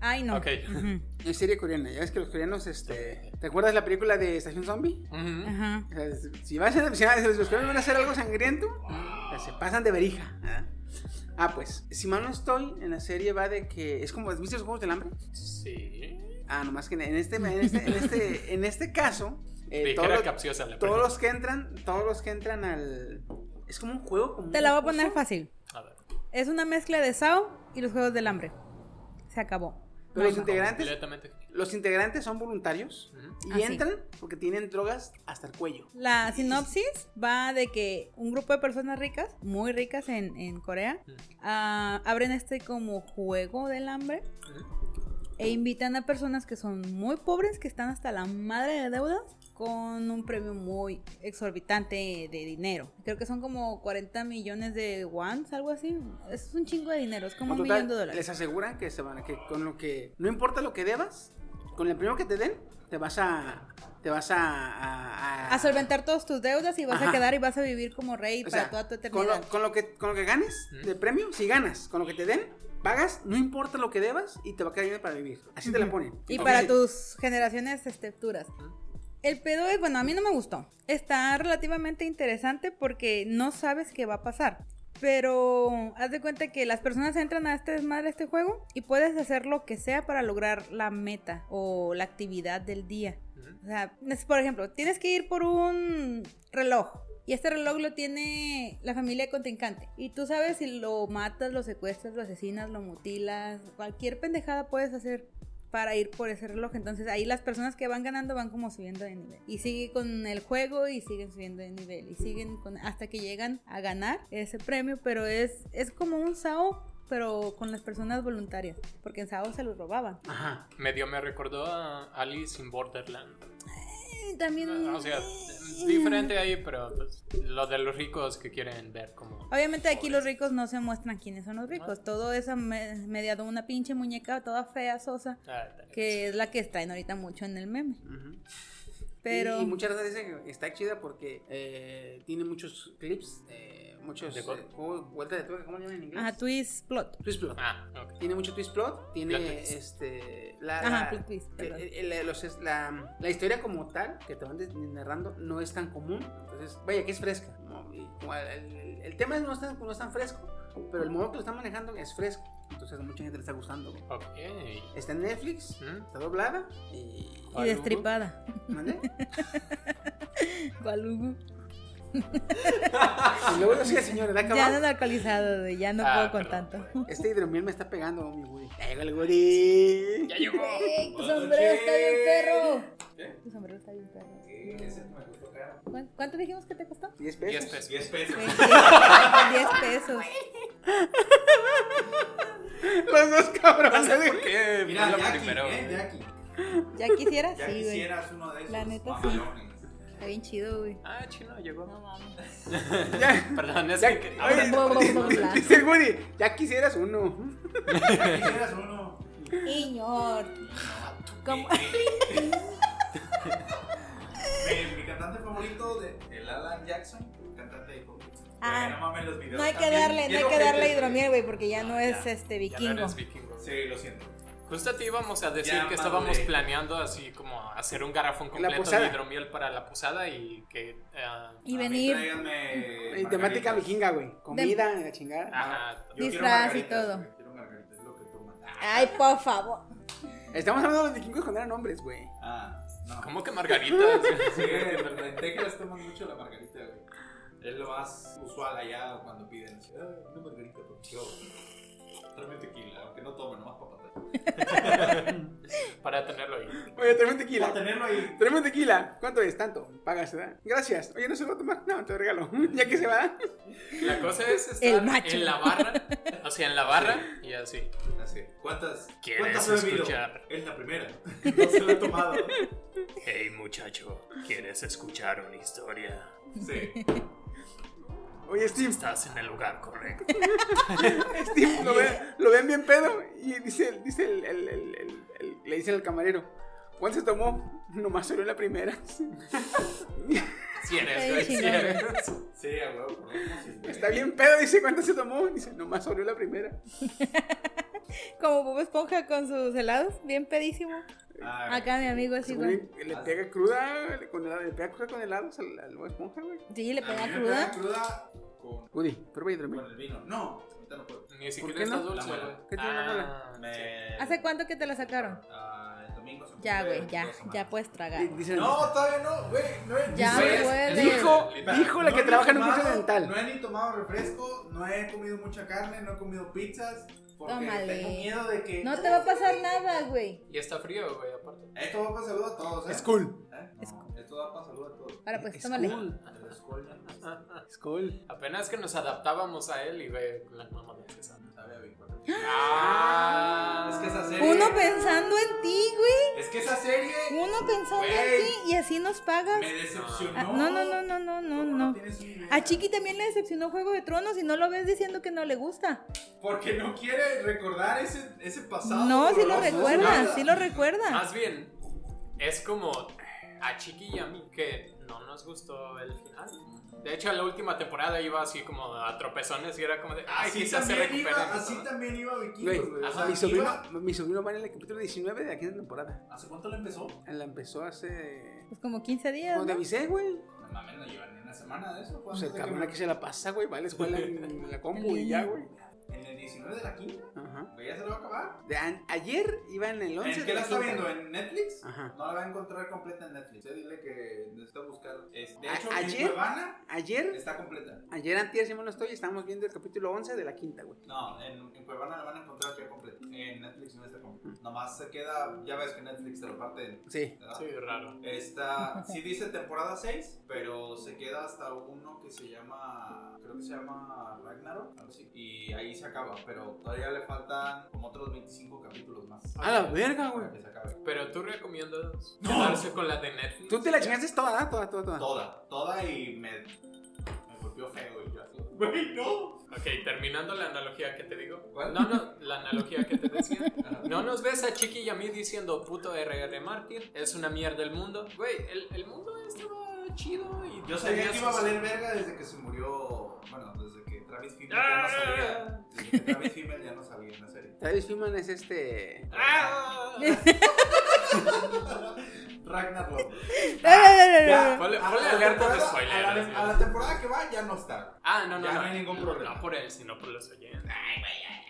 Ay, no.
Ok.
Ujú,
Es serie coreana. Ya ves que los coreanos, este. ¿Te acuerdas la película de Estación Zombie?
Ujú.
Ajá.
pues, O sea, si, vas a, si, si los coreanos van a hacer algo sangriento, o sea, se pasan de verija. ¿ah? Ah, pues, si mal no estoy, en la serie va de que. Es como. ¿Has visto los juegos del hambre?
Sí.
Ah, nomás que en este, en este, en este, en este caso. eh,
Dije,
todos,
era
los-
capciosa la
todos
pregunta.
los que entran. Todos los que entran al. Es como un juego. como
Te
un
la voy a
concurso.
poner fácil.
A ver,
Es una mezcla de SAO y los Juegos del Hambre. Se acabó.
Pero los integrantes.
completamente.
Los integrantes son voluntarios. Y
Ah, sí.
entran porque tienen drogas hasta el cuello.
La sinopsis va de que un grupo de personas ricas, muy ricas en, en Corea,
Mm.
ah, abren este como juego del hambre e invitan a personas que son muy pobres, que están hasta la madre de deudas, con un premio muy exorbitante de dinero. Creo que son como 40 millones de wons, algo así. Es un chingo de dinero, es como
En
un
total,
millón de
Les
dólares.
aseguran que se van a que con lo que. No importa lo que debas, con el primero que te den, te vas a. Te vas a. A, a-
A solventar todas tus deudas y vas
Ajá.
a quedar y vas a vivir como rey
o
para
sea,
toda tu
con
eternidad.
lo, con lo que, con lo que ganes de premio, si ganas, con lo que te den, pagas, no importa lo que debas y te va a quedar dinero para vivir. Así te la ponen.
Y
Ok.
para tus generaciones estructuras. El pedo es, bueno, a mí no me gustó. Está relativamente interesante porque no sabes qué va a pasar. Pero haz de cuenta que las personas entran a este desmadre, a este juego, y puedes hacer lo que sea para lograr la meta o la actividad del día. O sea, es- por ejemplo, tienes que ir por un reloj. Y este reloj lo tiene la familia contrincante. Y tú sabes si lo matas, lo secuestras, lo asesinas, lo mutilas. Cualquier pendejada puedes hacer para ir por ese reloj. Entonces ahí las personas que van ganando van como subiendo de nivel. Y sigue con el juego y siguen subiendo de nivel. Y siguen con, hasta que llegan a ganar ese premio. Pero es, es como un SAO, pero con las personas voluntarias. Porque en SAO se los robaban.
Ah.
Ajá.
Medio me recordó a Alice in Borderland.
Eh, También...
Ah, O sea, diferente ahí, pero pues, lo de los ricos que quieren ver como...
Obviamente aquí los ricos no se muestran quiénes son los ricos. Todo es a me- mediado una pinche muñeca toda fea, sosa,
Ah, está bien.
que es la que traen ahorita mucho en el meme.
Ujú.
Pero...
Y, y muchas veces dicen que está chida porque eh, tiene muchos clips, eh, muchos.
De
eh,
gol.
juegos- vuelta de tuerca, ¿cómo le llaman en inglés?
Ajá, twist plot.
Twist plot.
Ah, ok.
Tiene mucho twist plot, tiene
Plot twist.
este la,
Ajá,
la-
plot twist,
el-
perdón.
el- el- los es- la, la historia como tal que te van des- narrando no es tan común, entonces vaya que es fresca. ¿no? Y como el, el- el tema no es, tan, no es tan fresco, pero el modo que lo están manejando es fresco, entonces a mucha gente le está gustando. güey.
Ok.
Está en Netflix,
¿Mm?
está doblada y
Y
¿Cuál hubo?
destripada. [laughs]
¿mande?
¿Cuál hubo?
y luego yo sí, señor, ¿la
Ya no
acabado?
alcoholizado, güey, ya no puedo
Ah,
con
perdón.
tanto.
Este hidromiel me está pegando, mi güey. Ya
Eh,
llegó el güey.
Ya llegó.
¡Ey, tu sombrero está bien perro! Tu sombrero está bien perro. ¿Cuán- ¿Cuánto dijimos que te costó?
10
10
pesos.
pesos.
10 pesos.
[laughs] Los dos cabrones.
¿Por qué?
Mira,
Lo
Jackie,
primero.
eh, Jackie.
¿Ya quisiera?
Ya
Sí, güey.
quisieras uno de esos.
La neta, sí.
mamalones.
Está bien chido, güey.
Ah, chino, llegó.
No mames.
Perdón, es
Ya-
que...
Oye,
Bla.
Dice el Woody, ya quisieras uno.
Ya quisieras uno. Eh,
Señor. ¿Cómo? [laughs]
Mi, mi cantante favorito de el Alan Jackson, cantante de pop.
Ah,
Güey, no mames los videos.
No hay que
también.
darle, no hay
Bien
que darle
ojetes,
hidromiel, güey, porque ya no
Ah,
es
ya.
este
Ya no
vikingo.
eres vikingo.
Sí, lo siento.
Justo te íbamos a decir
Ya
que estábamos
maduré.
planeando así como hacer un garrafón completo
posada.
de hidromiel para la posada y que... ah,
Y
A mí
venir
tráiganme
Y temática
margaritas.
vikinga, güey. Comida, la chingada.
ajá,
Yo quiero
Disfraz y
margaritas,
todo.
güey, Quiero margaritas, es lo que toman. Ah,
Ay, por favor.
Estamos hablando de los vikingos cuando eran hombres, güey.
Ah, no.
¿Cómo que margaritas?
Sí, pero en Texas toman mucho la margarita, güey. Es lo más usual allá cuando piden. "Ah, Una margarita, por favor. Tráeme tequila, aunque no tomen, nomás para patar.
[laughs] para tenerlo ahí.
Oye, tráeme
Para
tequila.
tenerlo ahí.
Tráeme tequila. ¿Cuánto es? Tanto. Pagas, ¿verdad? Gracias. Oye, no se lo va a tomar. No, te lo regalo. [laughs] Ya que se va.
La cosa es estar
El macho.
en la barra, o sea, en la barra y así.
Así. ¿Cuántas?
¿Quieres
¿Cuántas he bebido?
escuchar?
Es la primera. [laughs] No se la he tomado.
Hey muchacho, ¿quieres escuchar una historia?
Sí.
Oye, Steve,
Estás en el lugar correcto.
Steve, lo ven, lo ven bien pedo. Y dice, dice el, el- el- el- el- le dice al camarero, ¿cuál se tomó? Nomás solo la primera. [laughs]
Si eres,
Ay,
güey, si
chingada.
eres.
Sí, a huevo. por lo menos, sí, güey.
Está bien pedo, dice, ¿cuánto se tomó? Dice, nomás solo la primera.
Como Bob Esponja con sus helados, bien pedísimo.
Ah, güey.
Acá mi amigo así,
Según
güey.
le, le pega cruda, le- con helado, le pega cruda con helados al, al Bob esponja, güey.
Sí, le
A mí
pega
me pega
cruda.
cruda con,
Woody, prueba y
con el vino. No, ahorita ahorita no puedo.
Ni
¿Por
siquiera
qué
está
no?
dulce,
La
güey.
muela.
¿Qué tiene la muela?
Ah,
Me-
¿Hace cuánto que te la sacaron?
Ah, el domingo se
Ya,
cumple
güey, ya.
dos semanas.
Ya puedes
Di-
tragar.
Dicen,
No, todavía no, güey. No he-
Ya
no he-
puedes.
dijo,
Espera,
dijo la
no
que
he
trabaja en un
tomado-
juicio dental.
No he ni tomado refresco, no he comido mucha carne, no he comido pizzas. Porque
Tómale.
tengo miedo de que.
No te va a pasar nada, güey.
Y está frío, güey, aparte.
Esto va para salud a todos. ¿eh?
Es cool.
¿Eh? No,
Es
Esto va para salud a todos.
Ahora pues, tómale.
cool.
El Skol ya no está.
Es cool.
Apenas que nos adaptábamos a él y ve las mamadas que salen.
Sabe a Big Mac.
Ah,
Es que esa serie.
Uno pensando en ti, güey.
Es que esa serie.
Uno pensando en
Güey.
ti y así nos pagas.
Me decepcionó.
Ah, no, no, no, no, no, no, no.
tienes una idea.
A Chiqui también le decepcionó Juego de Tronos y no lo ves diciendo que no le gusta.
Porque no quiere recordar ese, ese pasado.
No, sí lo
doloroso de su
recuerda,
vida.
sí lo recuerda.
Más bien, es como a Chiqui y a mí que no nos gustó el final. De hecho, en la última temporada iba así como a tropezones y era como de, ay,
Así
quizás se
también,
recuperen.
iba, así también iba
Güey,
Vikingos, güey. O
ajá,
sea,
mi, sobrino,
iba-
mi sobrino va en el capítulo 19 de la quinta temporada.
¿Hace cuánto lo empezó?
La empezó hace.
Pues como 15 días.
Cuando te
¿no?
avisé, güey.
No mames, no llevan ni una semana de eso.
Pues el
antes de que
cabrón
me-
aquí se la pasa, güey. Va a la escuela en la compu y ya, güey.
En el 19 de la quinta.
Ajá.
güey, Ya se lo va a acabar.
De an- ayer iba en el 11
¿En
de
qué la está
quinta.
viendo? ¿En Netflix?
Ajá.
No la va a encontrar completa en Netflix. eh, Dile que necesita buscar. Es- De
A-
hecho,
ayer-
en Cuevana
Ayer,
está completa.
ayer antier, si mal no estoy, estábamos viendo el capítulo 11 de la quinta, güey.
No, en, en Cuevana la van a encontrar ya completa. En Netflix no está completa. Nomás se queda, ya ves que Netflix te lo parte en.
Sí.
Sí, raro.
Está, sí dice temporada 6, pero se queda hasta uno que se llama, creo que se llama Ragnarok, algo así, y ahí se acaba, pero todavía le faltan como otros 25 capítulos más.
A la verga, güey.
Para que se acabe.
Pero tú recomiendas quedarse con la de Netflix.
Tú te la chingaste toda, ¿verdad? toda, toda, toda.
Toda, toda y me, me golpeó feo y yo así, güey, no.
Ok, terminando la analogía que te digo.
¿Cuál?
No, no, la analogía que te
[laughs]
decía. No nos ves a Chiqui y a mí diciendo puto RR Martin, es una mierda el mundo. Güey, el, el mundo estaba chido y
Yo sabía que iba
tenías-
a valer verga desde que se murió, bueno, desde que Travis Fimmel ya no salía, desde que Travis Fimmel ya no salía en la serie.
Travis Fimmel es este.
Ah.
Ragnarok.
[laughs] No, no, no, no, no.
Ya,
Ponle-
a-
ponle
a la
alerta de
temporada-
spoiler,
A
así.
la, a la temporada que va ya no está.
Ah, no, no,
Ya
no.
no hay ningún problema.
No por él, sino por los oyentes.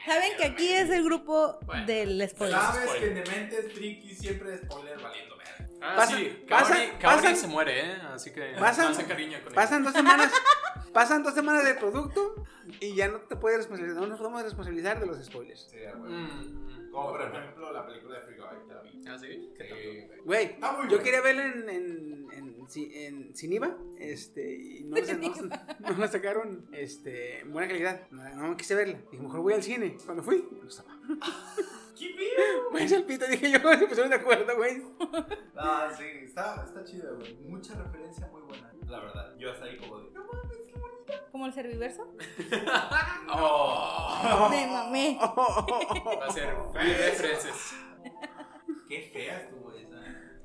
Saben que aquí es el grupo
Bueno.
del
Pues,
spoiler.
Claro.
Sabes
spoiler.
que en Dementes Tricky siempre es spoiler valiendo verga.
Ah,
Pasa-
sí.
pasa-
Kaori, Kaori
pasan-
se muere, ¿eh? Así que
pasan-
no se cariño con él.
Pasan dos semanas. Pasan dos semanas de producto y ya no te puedes responsabilizar. No nos podemos responsabilizar de los spoilers.
Sí, güey.
Mm, mm.
Como por ejemplo la película de Free Guy, que la vi.
¿Ah, sí? ¿Qué
Sí, güey.
Güey,
Ah,
Está muy
yo
bueno.
quería verla en, en, en, Ci- en Ciniva, este, y no, la- no- no la sacaron este, en buena calidad. No, la- no quise verla. Dije, mejor voy al cine. Cuando fui, no estaba.
¿Qué pedo?
Güey, el pito, dije yo, [laughs] se pusieron de acuerdo, güey. [laughs]
Ah, sí, está, está chido, güey. Mucha referencia muy buena. La verdad, yo hasta ahí como de. "No mames, qué bonito".
Como el serviverso.
tal? Oh,
Me mamé.
va a ser free references.
Qué fea estuvo esa.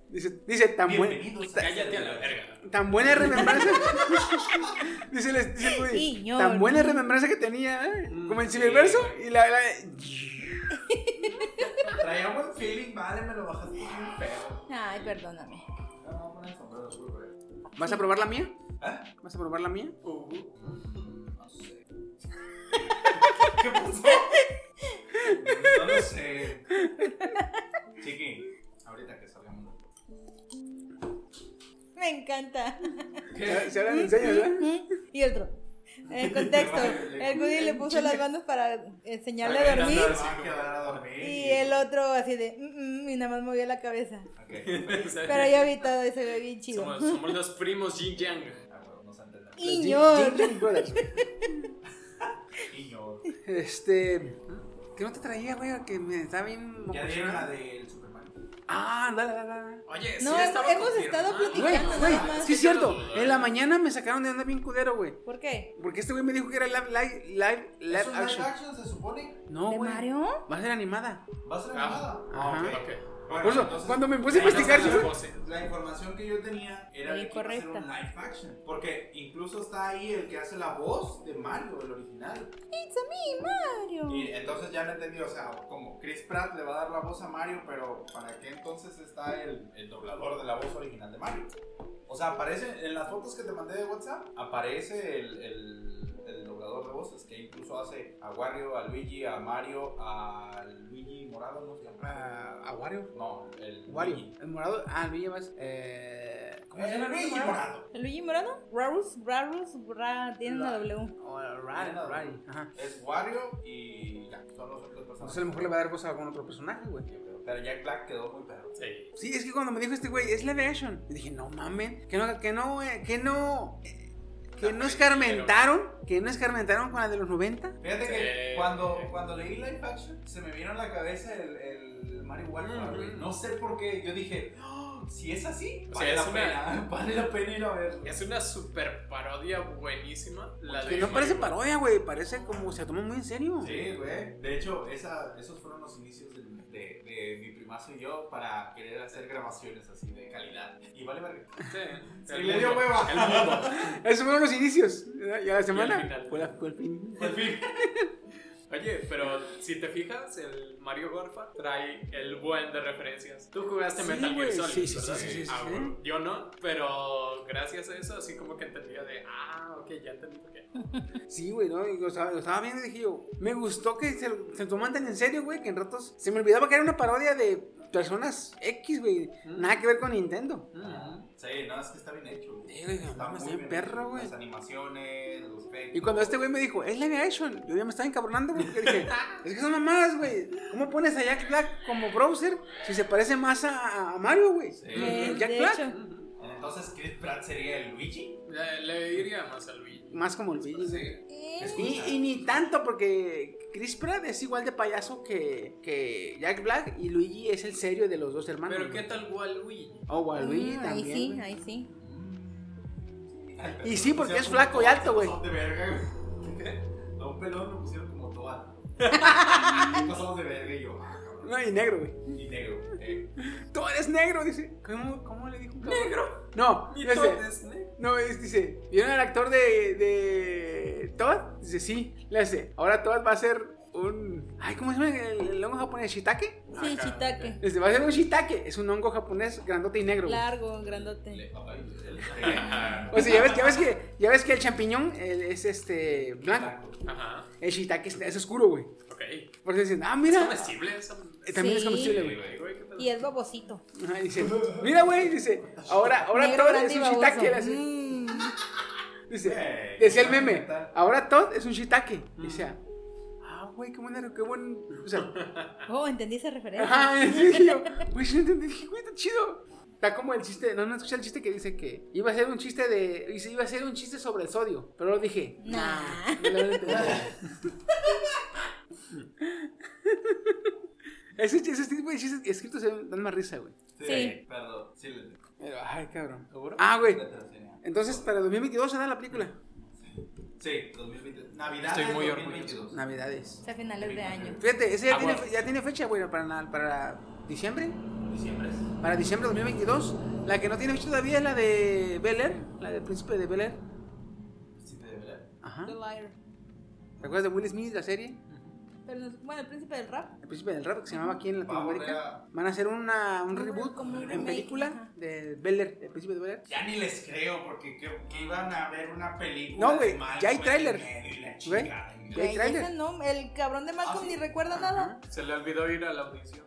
Dice, dice tan, buen,
Bienvenidos a
Cállate a
este
la
lugar.
[laughs] verga.
tan buena remembranza. [laughs] dice, el- dice el güey,
Iñor.
tan buena remembranza que tenía, ¿eh?
Mm,
como en
sí,
Ciberverso.
güey.
Y la, la-
Traía buen feeling, vale, me lo bajaste bien feo.
Ay, perdóname.
No, no, pon el sombrero azul, güey.
¿Vas a probar la mía?
¿Ah?
¿Eh?
¿Vas a probar la mía?
No sé. ¿Qué pasó? No lo sé. Chiqui, ahorita que salgamos.
Me encanta.
Se se hablan en
[laughs]
señas, ¿verdad?
Y otro. El [laughs] contexto. El Goody le puso las manos para enseñarle a
Para
dormir.
ver,
Se va a quedar a dormir.
Y el otro así de "Mm, mm", y nada más movió la [laughs] cabeza.
Ok,
Pero yo vi todo y se ve bien chido.
Somos, somos los primos Jin Yang.
ah, bueno, no se entiende.
Los Jin-
Iñor.
Jin- Jin Brothers.
Niño.
Este. ¿Qué no te traía, güey? Que me está bien.
Ya dieron la
emocionado.
del Superman.
Ah, dale, dale, dale.
Oye, sí
No,
estaba
hemos estado
confirmado.
Güey,
platicando
güey,
nada más.
sí es cierto.
Yo no dudo,
En la
eh.
mañana me sacaron de onda bien cudero, güey.
¿Por qué?
Porque este güey me dijo que era live, live, live, live
¿Es un live
action.
action se supone?
No,
¿De
güey.
Mario?
Va a ser animada.
¿Va a ser
Ah.
animada?
Ajá.
ok.
Ok.
Bueno,
Por eso,
entonces,
cuando me puse a
ahí no
investigar,
se
¿sí?
la-
voces.
La información que yo tenía era de que iba a ser
Incorrecta.
un live action. Porque incluso está ahí el que hace la voz de Mario, el original.
It's a me, Mario.
Y entonces ya no entendí, o sea, como Chris Pratt le va a dar la voz a Mario, pero ¿para qué entonces está el, el doblador de la voz original de Mario? O sea, aparece en las fotos que te mandé de WhatsApp, aparece el, el, el doblador de voces, que incluso hace a Wario, a Luigi, a Mario, a Luigi Morado, ¿no se llama?
Ah, ¿A Wario?
No, el
Wario.
Luigi.
El morado. Ah, Luigi más. Eh, ¿Cómo se
El
llama?
Luigi Morado.
¿El Luigi Morano? Rarus, Rarus, Ra, tiene una W. Eh,
O Oh, el Rari, Rari, Ajá.
Es Wario y Black. Son los otros
Entonces a lo
personajes.
mejor le va a dar voz a algún otro personaje, güey.
Pero Jack Black quedó muy perro.
Sí.
Sí, es que cuando me dijo este güey, es live action. Y dije, no mamen, que no, que no, eh, que no, eh, que no escarmentaron, que no escarmentaron con la de los 90.
Fíjate que
Sí.
cuando, cuando leí Life Action, se me vino a la cabeza el, el Mario Warfare, güey. No sé por qué. Yo dije, "Oh, si es así,
O sea,
vale
es
la
una-
pena. [laughs] Vale la pena ir a verlo.
Es una super parodia buenísima. La
Que
de
no parece
Mario.
parodia, güey, parece como se la tomó muy en serio.
Sí, güey. De hecho, esa, esos fueron los inicios de, de- de mi primazo y yo para querer hacer grabaciones así de calidad. Y vale, verga.
Sí.
Sí,
El
le dio
mundo.
hueva.
El mundo.
Esos fueron los inicios. ¿verdad? Ya la semana.
final.
Fue, la- fue el fin.
En fin. Pues [laughs] Oye, pero si te fijas, el Mario Gorfa trae el buen de referencias. Tú jugaste
Sí,
Metal Gear
güey,
Solid,
sí, sí,
¿verdad?
sí, sí, sí, sí,
Ah,
sí.
bueno, Yo no, pero gracias a eso así como que entendía de, ah, ok, ya entendí por qué.
Sí, güey, ¿no? Y lo estaba, lo estaba viendo y dije yo, me gustó que se, lo- se lo toman tan en serio, güey, que en ratos se me olvidaba que era una parodia de personas X, güey.
Mm.
Nada que ver con Nintendo.
Ah.
Sí, no, es que está bien hecho. güey.
Sí, güey, mames, está bien perro,
hecho.
güey.
Las animaciones, los efectos.
Y cuando este güey me dijo, es live action, yo ya me estaba encabronando, güey, porque dije, [laughs] es que son mamadas, güey. ¿Cómo pones a Jack Black como browser si se parece más a, a Mario, güey?
Eh,
El Jack
de
Black.
hecho,
Entonces, Chris Pratt sería el Luigi.
Le, le iría más a Luigi.
Más como el Luigi, güey.
Sí.
eh,
Y, y ni tanto, porque Chris Pratt es igual de payaso que, que Jack Black y Luigi es el serio de los dos hermanos.
Pero qué
güey.
tal Waluigi.
O a Luigi
mm, ahí
también.
sí,
güey.
ahí sí.
Y
Y sí, porque es flaco y alto, güey.
de verga, güey. A un pelón lo pusieron como
[laughs]
toal. Pasamos de verga y yo, ah, cabrón.
No, y negro, güey.
Y negro. Eh.
Tú eres negro, dice. ¿Cómo, cómo le dijo? ¿Negro? No, no sé. No, es- dice, ¿vieron al actor de, de Todd? Dice, sí, le hace. Ahora Todd va a ser un... Ay, ¿cómo se llama el, el hongo japonés? ¿Shiitake?
Sí, Chitaque.
Dice, va a ser un shiitake. Es un hongo japonés grandote y negro. güey.
Largo, grandote.
[laughs]
O sea, ya ves, ya ves que, ya ves que el champiñón el- es este blanco.
Ajá,
El shiitake es, es oscuro, güey.
ok.
Por eso dicen, ah,
¿Es
mira.
comestible eso?
Eh, También es
Sí.
comestible, güey.
Güey, güey, ¿qué tal?
Y es babosito.
Ajá, dice, mira, güey, dice, ahora, ahora
Negro,
Todd
grande
es
y
un
baboso.
shiitake. le hace.
Mm.
Dice,
Ey,
decía el
¿qué
meme,
tal?
ahora Todd es un shiitake. Dice, ah, güey, qué buen, qué buen, o sea,
Oh, entendí esa referencia.
ajá, [laughs] y
[laughs]
dije yo, güey, yo no entendí, dije, güey, está chido. Está como el chiste, no, no escuché el chiste que dice que iba a ser un chiste de, dice, iba a ser un chiste sobre el sodio, pero lo dije, "Ah,
Nah.
no lo entendí. [laughs] Ese, ese tipo de chistes escritos se dan más risa, güey.
Sí.
Perdón, sí, le le
Pero, Ay, cabrón. Ah, güey. Entonces, para 2022 se da la película.
Sí, 2020. Navidad.
Estoy muy
Navidades.
Es a finales de año.
Fíjate, ese ya,
Ah,
tiene,
bueno.
ya tiene fecha, güey, para, na- para diciembre.
Diciembre.
Para diciembre de 2022. La que no tiene fecha todavía es la de Bel Air, la del príncipe de Bel Air.
Sí, de verdad.
Ajá.
The Liar.
¿Te acuerdas de Will Smith, la serie?
Pero no- bueno, el príncipe del rap.
El príncipe del rap que se llamaba aquí en Latinoamérica.
Vamos,
Van a hacer una, un
Como-
reboot
como un
en
remake,
película
ajá.
de Bel Air, el príncipe de Bel Air.
Ya ni les creo porque que, que iban a ver una película.
No, güey,
de Malcolm
ya hay tráiler.
en medio y la
Güey.
chingada, y la-
Ya hay
Güey,
tráiler.
ese no, el cabrón de
Ah,
Malcolm ni recuerda nada.
Se le olvidó ir a la audición.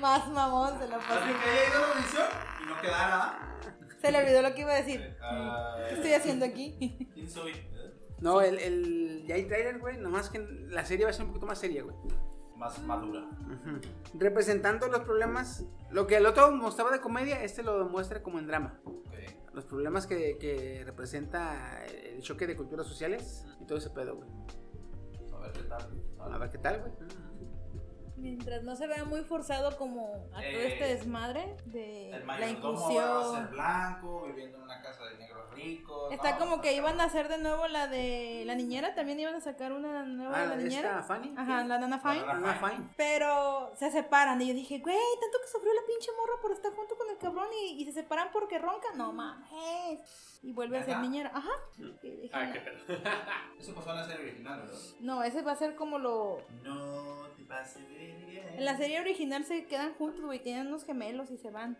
Más mamón se la
Así
pasó.
que haya ido a la audición y no queda nada.
Se le olvidó lo que iba a decir.
Ah,
¿Qué estoy haciendo aquí?
¿Quién soy? ¿Eh?
No, el, el, ya hay trailer, güey. Nomás que la serie va a ser un poquito más seria, güey.
Más madura.
Ujú. Representando los problemas. Lo que el otro mostraba de comedia, este lo muestra como en drama. Los problemas que, que representa el choque de culturas sociales y todo ese pedo, güey.
A ver qué tal.
A ver qué tal, güey.
Mientras no se vea muy forzado como a todo
Eh,
este desmadre de
El
la
mayordomo ahora va a ser
inclusión.
blanco, viviendo en una casa de negros ricos.
Está
No,
como que iban
cabrón.
a hacer de nuevo la de la niñera, también iban a sacar una nueva de
Ah,
la
esta
niñera.
Fanny.
Ajá, la nana Fine.
La
Ah, Fanny.
Pero se separan y yo dije, güey, tanto que sufrió la pinche morra por estar junto con el cabrón y, y se separan porque ronca, no mames. Y vuelve a ser
¿Verdad?
niñera. Ajá.
Mm.
Y dije,
Ah,
"No".
qué tal.
Eso pasó en la serie original, ¿verdad?
no, ese va a ser como lo...
No te pases de
En la serie original se quedan juntos, güey. Tienen unos gemelos y se van.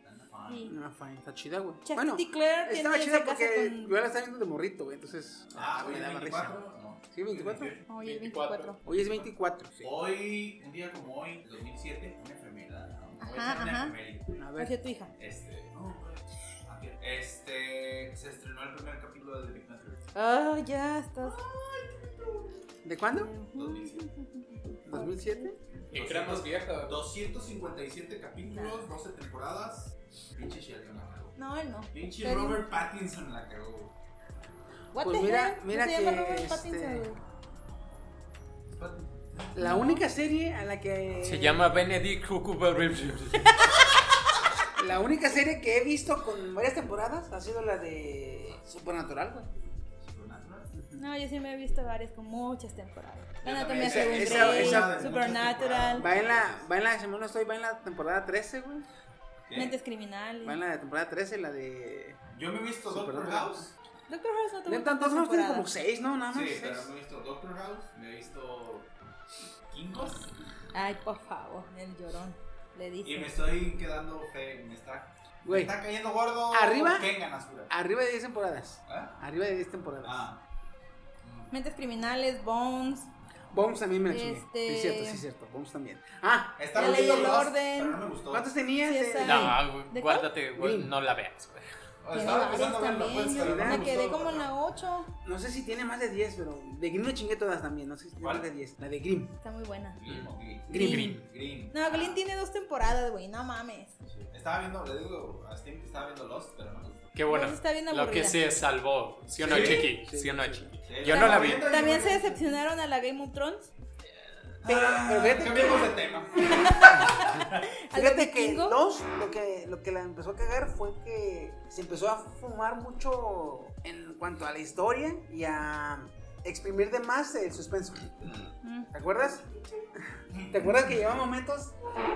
Y
No, fine, está chida, güey.
Chastity
Bueno,
Claire tiene
estaba
se
chida
casa
porque
con-
yo la estaba viendo de morrito, güey. Entonces,
Ah,
me
hoy es
daba risa.
24. No.
¿Sí, 24?
Oye,
24.
24.
Hoy es 24. sí.
Hoy, un día como hoy, 2007, una enfermedad. ¿no? Voy a
Ajá,
hacer una
ajá.
efeméride.
A
Nació
ver,
tu hija.
Este, no, güey. este, se estrenó el primer capítulo de The Big Bang Theory.
Ah, ya estás.
¿de cuándo?
Mm.
2007.
¿2007?
Y que era más vieja.
257 capítulos, 12 temporadas. Pinche Sheldon la cagó.
No, él no.
Pinche
Pero-
Robert Pattinson la cagó.
What
Pues
the
mira-
hell?
mira
se llama
que,
Robert
este,
Pattinson, güey.
La única serie a la que.
Se llama Benedict Cumberbatch.
La única serie que he visto con varias temporadas ha sido la de Supernatural, güey.
No, yo sí me he visto varias con muchas temporadas. Anatomía
también.
según
Esa-
Grey,
esa-
esa-
Supernatural,
Va en la. Va en la. Si mal no estoy, va en la temporada 13, güey.
Mentes
Va en
Criminales.
la de temporada 13, la de.
Yo me he visto Doctor
Supernatural.
House.
Doctor House no tuvo
Neta,
tantas
todos no tienen
temporadas.
como 6, ¿no? Nada más.
Sí, pero
seis.
me he visto Doctor House, me he visto Kingos
Ay, por favor, el llorón. Le
y me
dice.
estoy quedando fe, me está, me
Güey.
está cayendo gordo.
Arriba.
Kengan Asura.
Arriba de 10 temporadas.
¿Eh?
Arriba de 10 temporadas.
Ah,
Mentes criminales, Bones.
Bombs también me la chingué.
Este-
Sí, es cierto, sí, es cierto. Bombs también. Ah,
está
La
muy
ley
bien,
del
dos,
orden.
Pero no me gustó.
¿cuántos tenías?
Sí,
Eh,
esa-
No, güey,
¿De cuál?
guárdate, güey,
Green.
no la veas, güey.
O
Tiene
Ah, Oh, Estaba empezando
varias
a verlo, pues,
también. Yo
pero no
me
me
quedé
gustó.
como en la 8.
No sé si tiene más de 10, pero de Grimm me chingué todas también. No sé si tiene
¿Cuál?
más de 10. La de Grimm.
Está muy buena.
Green, o Green.
Green.
Green. Green.
No, Glyn tiene dos temporadas, güey. No mames.
Sí. Estaba viendo, le digo a Steam que estaba viendo Lost, pero no me gustó.
Qué bueno.
Eso está bien
lo que
aburrida.
se salvó. ¿Sí o no,
Sí,
Chiqui?
sí,
¿Sí, o no,
sí.
Chiqui?
Sí,
Yo no la vi.
viendo y
También
yo-
se decepcionaron a la Game of Thrones.
Pero,
Ah,
pero fíjate
Cambiemos de tema.
A la
Fíjate que
Vikingo.
los, lo que lo que la empezó a cagar fue que se empezó a fumar mucho en cuanto a la historia y a exprimir de más el suspenso.
Mm.
¿Te acuerdas? ¿Te acuerdas que llevaba momentos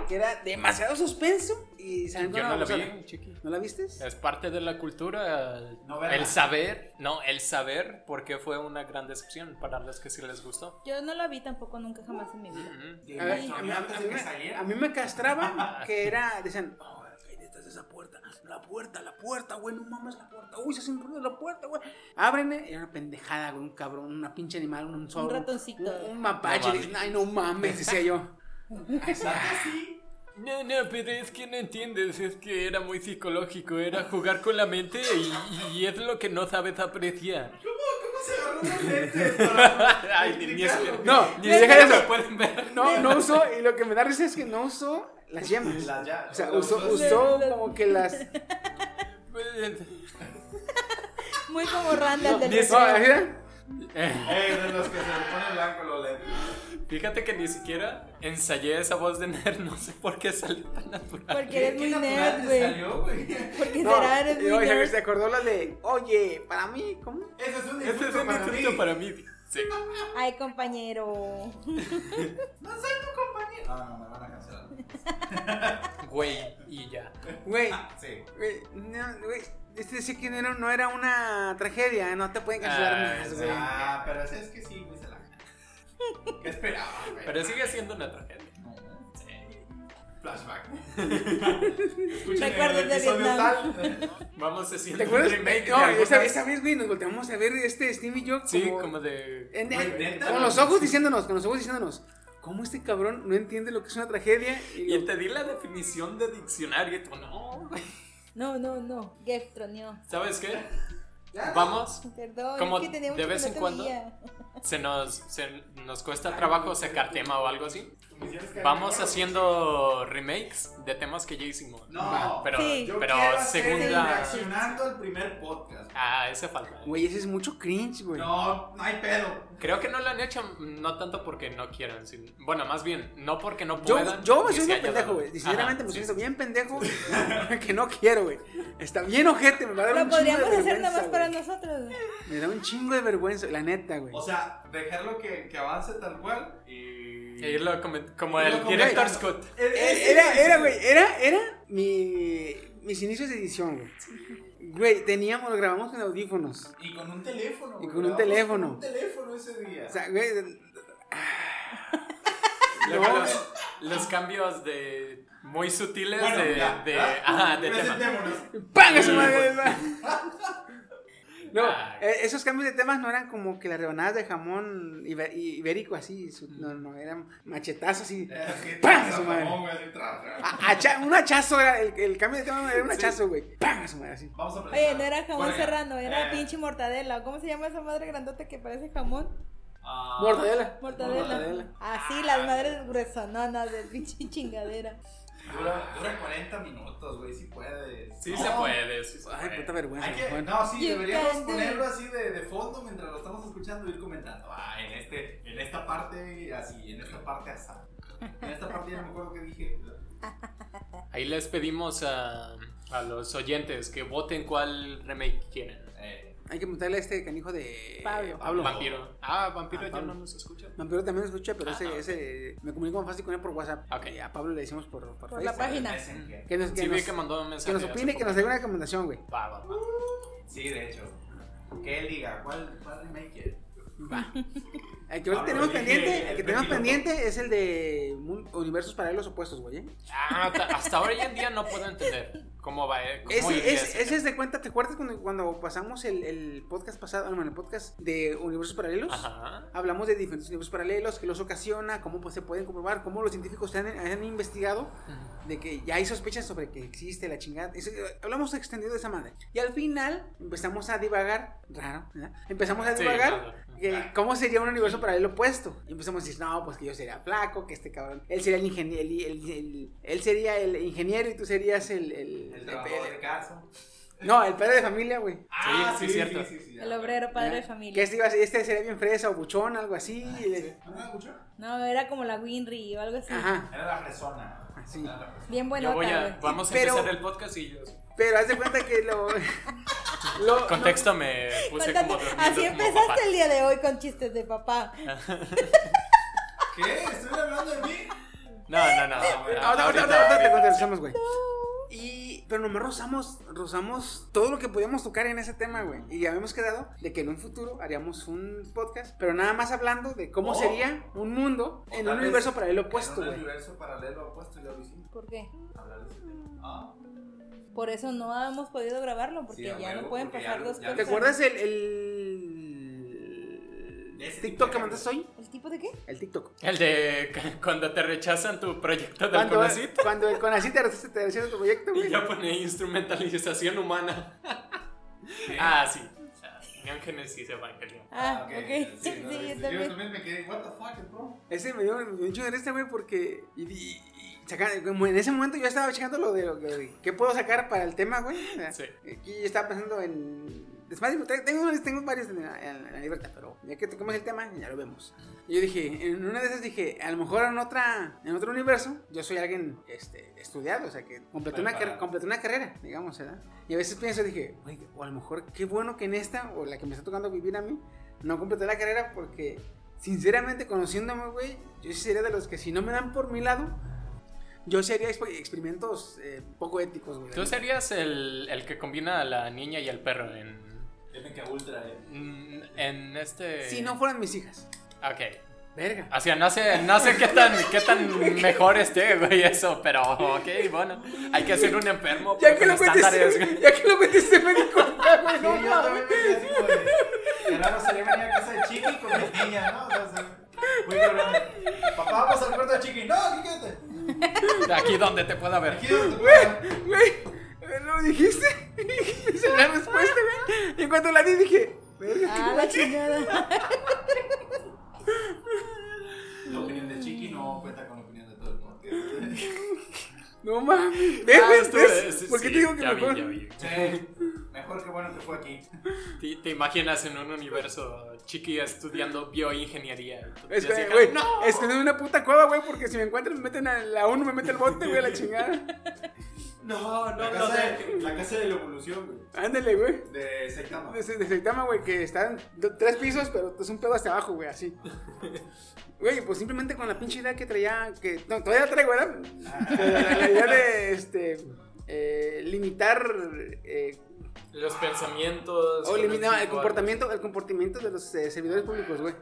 que era demasiado suspenso y salían con
Yo no la
babosada?
vi, Chiqui.
¿No la viste?
Es parte de la cultura. el-
No verla.
el saber, no, el saber porque fue una gran decepción para los que sí les gustó.
Yo no la vi tampoco nunca jamás en mi vida.
Mm.
A, ver, a mí, a
Antes
mí
de que
me,
saliera.
a mí me castraban que era, decían, "Oh, ahí detrás de esa puerta, la puerta, la puerta, güey, no mames la puerta, uy, se hace un ruido la puerta, güey. Ábreme, era una pendejada, güey, un cabrón, una pinche animal, un zorro.
ratoncito.
Un, un mapache,
No mames.
dicen, ay, no mames, decía yo.
No, no, pero es que no entiendes, es que era muy psicológico, era jugar con la mente y, y es lo que no sabes apreciar.
[laughs]
Ay, ni, ni es que-
No,
ni
deja
siquiera
eso.
lo pueden ver.
No, no usó, y lo que me da risa es que no usó las yemas.
Las llaves.
O sea, usó, usó como que las...
Muy como Randall del
No,
deseo.
así era.
Eh, de los que se le pone blanco los lentes.
[laughs] Fíjate que ni siquiera ensayé esa voz de nerd, no sé por qué salió tan natural.
Porque eres muy nerd, güey.
güey.
Porque
No,
será eres
y,
muy
oye, se
nerd.
acordó la de, oye, para mí, ¿cómo?
Ese es un
Este es
insulto
un
para
insulto
mí.
para mí. Sí.
Ay, compañero.
No soy tu compañero. Ah, no, me van a cancelar.
Güey, y ya.
Güey,
Ah, Sí.
Güey, no, güey, este decía que no, no era una tragedia, ¿eh? no te pueden cancelar
Ah,
más,
sí.
güey.
Ah, pero si es que sí, güey, se la [laughs] ¿Qué esperaba, güey?
Pero sigue siendo una tragedia.
Flashback.
Recuerdos de Vietnam.
Vamos haciendo
¿Te
un
acuerdas?
remake. de
No,
alguna-
esa, esa vez, güey, nos volteamos a ver este Steam y yo
Sí,
como-
como de.
en-
Güey,
en-
neta,
con
no,
los
sí.
ojos diciéndonos, con los ojos diciéndonos, ¿cómo este cabrón no entiende lo que es una tragedia? Y
Y
lo-
te di la definición de diccionario y tú, no, güey.
No, no, no. Jeff troneó.
¿Sabes qué? Vamos.
Perdón,
Como
es que tenía mucho
de
que
vez
no
en
te
cuando.
veía.
Se nos, se nos cuesta trabajo sacar tema o algo así. Vamos haciendo remakes de temas que ya hicimos.
No.
Va, pero,
Sí.
Yo
pero
quiero hacer
segunda.
Reaccionando al primer podcast.
Ah, ese falta.
Güey, ese es mucho cringe, güey.
No, no hay pedo.
Creo que no lo han hecho, no tanto porque no quieran. sin- bueno, más bien, no porque no
Yo,
puedan.
yo me
ni se
siento
haya
pendejo,
dado.
güey. Sinceramente
Ajá,
me
sí.
siento bien pendejo [laughs] que no quiero, güey. Está bien ojete, me va a dar
Lo
un chingo de
podríamos hacer
vergüenza,
nada más para
güey.
nosotros. güey.
Me da un chingo de vergüenza, la neta, güey.
O sea, dejarlo que, que avance tal cual y.
Y lo comen- como
Y lo
el
comen-
director Scott.
Eh, Era, era, güey, era, era mi, mis inicios de edición, güey. Güey, teníamos, lo grabamos con audífonos.
Y con un teléfono.
Y
güey,
con
grabamos
un teléfono.
Con un teléfono ese día.
O sea, güey,
Luego los, los cambios de muy sutiles
Bueno,
de,
ya,
de,
¿verdad?
ajá, de tema.
Presentémonos.
¡Panga su madre! No,
Ah.
eh, esos cambios de temas no eran como que las rebanadas de jamón ibe- i- ibérico así, su- no, no, eran machetazos así.
Es que
¡Pam!
traza,
Su madre.
mamón, güey, así, tra, tra.
A- hacha- un hachazo era, el, el cambio de tema era un hachazo, güey. ¡Pam! a su madre, así.
Vamos a
Oye,
presentar.
no era jamón
Bueno, ya.
serrano, era
Eh,
pinche mortadela. ¿o ¿Cómo se llama esa madre grandota que parece jamón?
ah,
Mortadela.
Mortadela.
Mortadela.
Así, las madres gruesononas del pinche chingadera.
Dura, dura 40 minutos, güey, si puedes.
Sí
No,
se puede, sí se
Ay,
puede.
puta vergüenza.
hay que-
Juan.
no, sí,
You
deberíamos
can do it.
ponerlo así de, de fondo mientras lo estamos escuchando y ir comentando. Ah, en, este, en esta parte así, en esta parte así. En esta parte ya no me acuerdo qué dije.
Ahí les pedimos a, a los oyentes que voten cuál remake quieren.
Eh,
Hay que preguntarle a este canijo de
Pablo.
Pablo.
Vampiro. Ah, vampiro
Ah,
ya
Pablo.
no nos escucha.
Vampiro también lo escucha, pero
Ah,
ese,
ok.
ese me comunico más fácil con él por WhatsApp.
Ok.
Y A Pablo le decimos por, por,
Por la
Facebook.
página.
Messenger.
Que nos, que
Sí, vi
nos-
que mandó un mensaje.
que nos
hace
opine, que
poco.
nos dé una recomendación, güey.
Va, va, va.
Sí, de hecho. Que él diga, ¿cuál, cuál remake quiere?
El que ahorita
Ah,
tenemos
lo dije,
pendiente, el
el
que tenemos
pendiente.
pendiente es el de mun- universos paralelos opuestos, güey. ¿eh?
Ah, hasta, hasta ahora hoy en día no puedo entender cómo va. eh, cómo
Ese,
iría
es-
ese.
ese es de cuenta, ¿te acuerdas cuando, cuando pasamos el, el podcast pasado, bueno, el podcast de universos paralelos?
Ajá.
Hablamos de diferentes universos paralelos, que los ocasiona, cómo pues, se pueden comprobar, cómo los científicos han, han investigado de que ya hay sospechas sobre que existe la chingada. Eso, eh, hablamos extendido de esa madre. Y al final empezamos a divagar, raro, ¿verdad? Empezamos a
Sí, Ah,
divagar
raro.
que cómo sería un universo paralelo opuesto. Y empezamos a decir, no, pues que yo sería flaco, que este cabrón, él sería el ingeniero, él sería el ingeniero y tú serías el... el-
El trabajador de caso.
no, el padre de familia, güey.
Ah, sí, cierto.
ya.
El obrero padre de
¿Ya? Que
familia.
este, iba a ser- este sería bien fresa o buchón, algo así. y le-
¿No me escuchó?
No, era como la Winry o algo así.
Ajá,
Era la persona.
así.
Bien
Yo
buena.
voy a, vamos a
Pero-
empezar el podcast y yo.
Pero haz de cuenta que lo... lo-
Contexto me puse como durmiendo
Así
como
empezaste
papá.
el día de hoy con chistes de papá.
¿Qué? ¿Estoy hablando de mí?
No, no, no. ahora-
Ahora, ahora,
Ah, ahorita-
ahora, ahora te contestamos, güey. Y, pero nomás rozamos, rozamos todo lo que podíamos tocar en ese tema, güey. Y ya habíamos quedado de que en un futuro haríamos un podcast, pero nada más hablando de cómo
Oh.
sería un mundo
O
en
tal
un
vez
universo paralelo
en
opuesto,
un
güey.
universo paralelo opuesto y lo hicimos.
¿Por qué?
Hablar de ese tema. Ah,
Por eso no hemos podido grabarlo, porque
Sí, a
ya
huevo,
no pueden
porque
pasar
ya-
dos
ya-
cosas.
¿Te acuerdas el, el
De ese tipo
TikTok
de
que mandaste hoy?
¿El tipo de qué?
El TikTok.
El de cu- cuando te rechazan tu proyecto del
Cuando,
Conacyt
cuando el Conacit te rechazó- te rechazó tu proyecto,
[laughs] y
güey.
ya pone instrumentalización humana. Ah, sí. Neon Genesis Evangelion.
Ah, ok. [laughs] Sí,
no,
yo
yo
también.
también me quedé, what the fuck, bro?
Ese me dio me dio un chingo de risa, güey, porque. Y, y- y saca- como en ese momento yo estaba checando lo de, lo de qué puedo sacar para el tema, güey. O sea,
Sí.
Aquí yo estaba pensando en. Es más, te- tengo, unos- tengo varios en la, en la libreta, pero ya que toquemos el tema, ya lo vemos. Y Yo dije, en una de esas dije, a lo mejor en otra, en otro universo, yo soy alguien este, estudiado, o sea, que completó una, car-
Preparado.
completó una carrera, digamos, ¿verdad? Y a veces pienso, dije, "Güey, o a lo mejor qué bueno que en esta, o la que me está tocando vivir a mí, no completé la carrera porque, sinceramente, conociéndome, güey, yo sí sería de los que si no me dan por mi lado, yo sí haría exp- experimentos eh, poco éticos, güey.
Tú serías el, el que combina a la niña y al perro en.
Dime que ultra,
[laughs]
eh.
En este.
Si no fueran mis hijas.
Ok.
Verga.
O sea, no sé, no sé qué tan, qué tan mejor esté, güey, eso, pero ok, bueno, hay que hacer un enfermo.
Ya
pero
que
con
lo
estándares,
metiste,
güey.
[laughs] ya que lo metiste, me di cuenta, güey.
Sí,
no
yo
mames.
también me quedé así como de. Que nada más salía venía a casa de Chiqui con mis niñas, ¿no? O sea, se- muy cabrón. Papá, vamos al cuarto de Chiqui. No, aquí quédate.
Aquí donde te pueda ver.
Aquí donde te pueda.
Güey, Eh, ¿lo dijiste? [laughs] Esa es la respuesta, güey. Y en cuanto la di, dije, verga.
Ah, la chingada.
La opinión de Chiqui no cuenta con la opinión de todo el mundo.
No mames. ¿Ves, ves,
Ah, estuve-
ves?
sí,
¿Por qué
sí,
te digo que
ya vi,
mejor?
ya vi.
Sí, mejor que bueno que fue aquí.
¿Te, te imaginas en un universo chiqui estudiando bioingeniería? Y tú-
Es
y así
que,
acá,
güey,
no.
es que no es una puta cueva, güey, porque si me encuentran me meten a la ONU, me mete el bote, güey,
[laughs]
a la chingada.
No, no, la
no,
casa,
no.
de, la casa de la evolución, güey.
Ándale, güey.
De Saitama.
De, de Saitama, güey, que están do- tres pisos, pero es un pedo hasta abajo, güey, así. Güey, pues simplemente con la pinche idea que traía, que no, todavía la traigo, ¿verdad? Pero La, la idea de, este, eh, limitar eh,
Los pensamientos.
O eliminaba el
los
comportamiento, el comportamiento de los eh, servidores públicos, güey.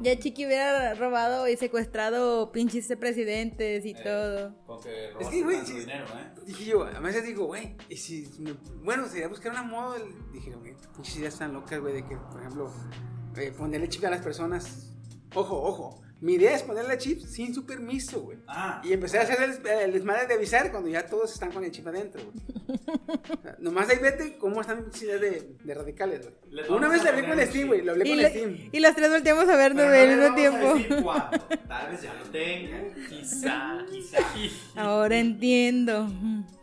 Ya Chiqui hubiera robado y secuestrado pinches presidentes y todo.
Con que
Es
robaste
que, güey,
tanto
sí.
dinero, ¿eh?
Dije yo, a veces digo, güey, y si me- bueno, sería buscar una moda. Dije, güey, pinches ideas tan locas, güey, de que, por ejemplo, eh, ponerle chip a las personas. Ojo, ojo. Mi idea es ponerle chip sin su permiso, güey.
Ah,
Y empecé a hacer el, el desmadre de avisar cuando ya todos están con el chip adentro, güey. O sea, Nomás ahí vete cómo están mis pinches ideas de, de radicales,
Les
güey.
vamos
Una vez
a
le hablé
poner
con
el
Steam,
chip.
güey, lo hablé
Y,
con
lo-
Steam.
y los tres volteamos a vernos güey, al mismo tiempo.
cuándo. Tal vez ya lo tenga.
Quizá.
[laughs]
Ahora entiendo.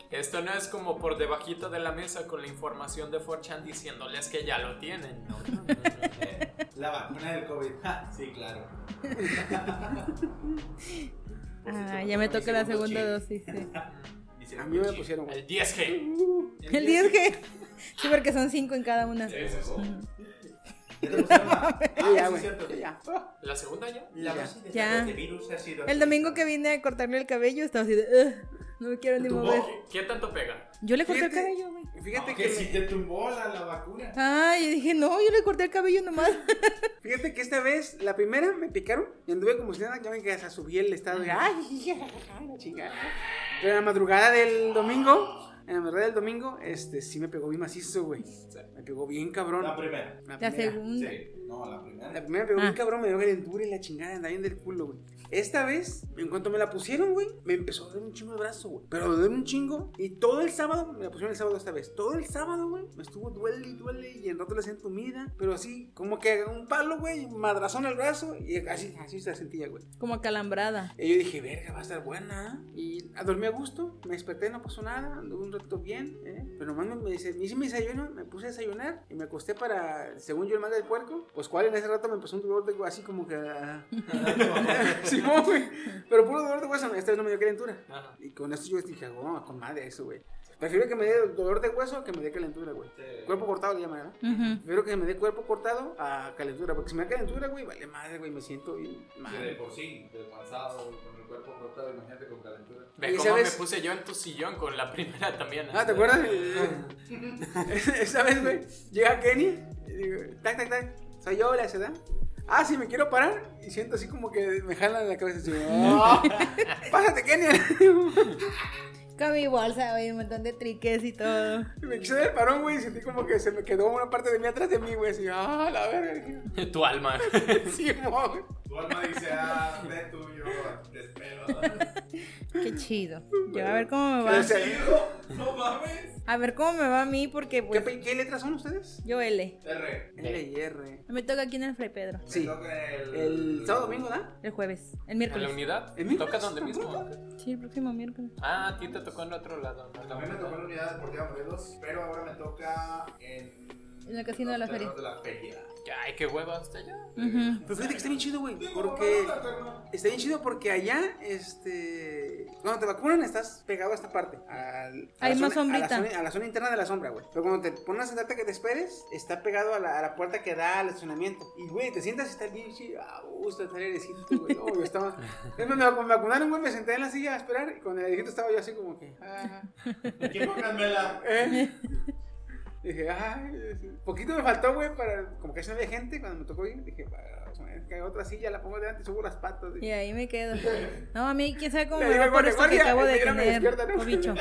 Esto no es como por debajito de la mesa con la información de 4chan diciéndoles que ya lo tienen.
[laughs]
No, no, no, no.
La vacuna del COVID. Ja, sí, claro. Por cierto,
Ah, ya me
mi
toca la
segundo
segunda dosis.
chip.
sí.
Mi
A
segundo
mí me
chip.
pusieron, güey.
El 10G.
El 10G. [laughs] Sí, porque son 5 en cada una.
Sí, sí, sí.
¿Ya te pusieron la- Ah,
Y ya,
sí,
güey.
cierto.
y ya.
¿La segunda ya?
La
Ya.
dosis de
Ya.
este virus ha sido
El domingo que vine a cortarle el cabello estaba así de. "Ugh, no me quiero ni mover.
¿Qué, qué tanto pega?
Yo le corté el
Fíjate.
cabello, güey.
Fíjate
No,
que,
que si
me-
te tumbó la, la vacuna.
Ay, yo dije, no, yo le corté el cabello nomás.
Fíjate que esta vez, la primera me picaron y anduve como si nada, ya ven que hasta subí el estado de ay, [laughs] ya, la chingada. Pero en la madrugada del domingo, en la madrugada del domingo, este sí me pegó bien macizo, güey. Me pegó bien cabrón.
La primera.
La
primera.
segunda.
Sí. No, la primera.
La primera me pegó bien
Ah.
cabrón, me dio calentura y la chingada, andaba bien del culo, güey. Esta vez, en cuanto me la pusieron, güey, me empezó a doler un chingo el brazo, güey. Pero me dolió un chingo. Y todo el sábado, me la pusieron el sábado esta vez. Todo el sábado, güey, me estuvo duele y duele y en rato la hacían tumida. Pero así, como que un palo, güey, madrazón al brazo y así, así se la sentía, güey.
Como acalambrada.
Y yo dije, verga, va a estar buena. ¿eh?". Y a dormí a gusto, me desperté, no pasó nada, anduve un rato bien. ¿eh? Pero nomás me, me dice, me hice mi desayuno, me puse a desayunar y me acosté para, según yo, el mal del puerco. Pues cuál en ese rato me empezó un dolor de hue- así como que... [laughs] sí, güey. Pero puro dolor de hueso, esta vez no me dio calentura.
Ajá.
Y con esto yo dije, oh, con madre eso, güey. Prefiero que me dé dolor de hueso que me dé calentura, güey.
Este,
Cuerpo cortado le llaman, ¿verdad?
Ujú.
Prefiero que me dé cuerpo cortado a calentura, porque si me da calentura, güey, vale madre, güey, me siento bien
Que
mal.
de por sí, descansado, con el cuerpo cortado, imagínate con calentura.
Ve
¿Y
cómo
sabes?
me puse yo en tu sillón con la primera también. ¿eh?
Ah, ¿te acuerdas? [laughs] Esa vez, güey, llega Kenny y digo, tac, tac, tac, soy yo, la ciudad. Ah, sí, me quiero parar y siento así como que me jalan la cabeza. Así, "Ah, Pásate, Kenny. [laughs]
Con mi bolsa, güey, un montón de triques y todo.
Y me quise dar el parón, güey, y sentí como que se me quedó una parte de mí atrás de mí, güey. Así, ah, la verga.
[laughs]
[laughs]
tu alma.
Sí, mo.
Tu alma dice, ah, de tuyo, te espero.
Qué chido. Yo a ver cómo me
Pero, o
va.
sea,
No mames.
A ver cómo me va a mí, porque
¿qué,
pues.
pe- qué letras son ustedes?
Yo L.
[laughs] R.
L y R.
Me toca aquí en el Fray Pedro.
Sí.
El,
El sábado domingo, ¿da?
El jueves. El
¿En la
miércoles.
unidad?
¿En mí?
¿Toca donde mismo?
Sí, el próximo miércoles.
Ah, a ti te tocó en otro lado. ¿no?
También me tocó en la unidad deportiva Morelos, pero ahora me toca en.
En el casino de la
los terrenos
feria.
de la feria.
Ay, qué hueva hasta
[laughs]
allá.
Ujú.
Pero fíjate que está bien chido, güey. Porque. Está bien chido porque allá, este. Cuando te vacunan, estás pegado a esta parte. al- a
Hay
la
más
zona-
sombrita.
A la, zona, a la zona interna de la sombra, güey. Pero cuando te pones a sentarte que te esperes, está pegado a la, a la puerta que da al estacionamiento. Y, güey, te sientas y estás bien chido. A gusto, está airecito, güey. No, yo estaba. Es más, me, vacu- me vacunaron, güey, me senté en la silla a esperar. Y con el airecito estaba yo así como que. ah,
¿Quién pónganmela?
eh. Dije, ay, sí. poquito me faltó, güey, para. Como que no había gente cuando me tocó ir. Dije, para, que otra silla, la pongo delante y subo las patas.
Y ahí me
[laughs]
quedo. No, a mí quién sabe cómo
Le
me
digo
va
al
por esto que
guardia,
acabo de
el que no me
tener.
despierta, ¿no?
o
[laughs]
bicho.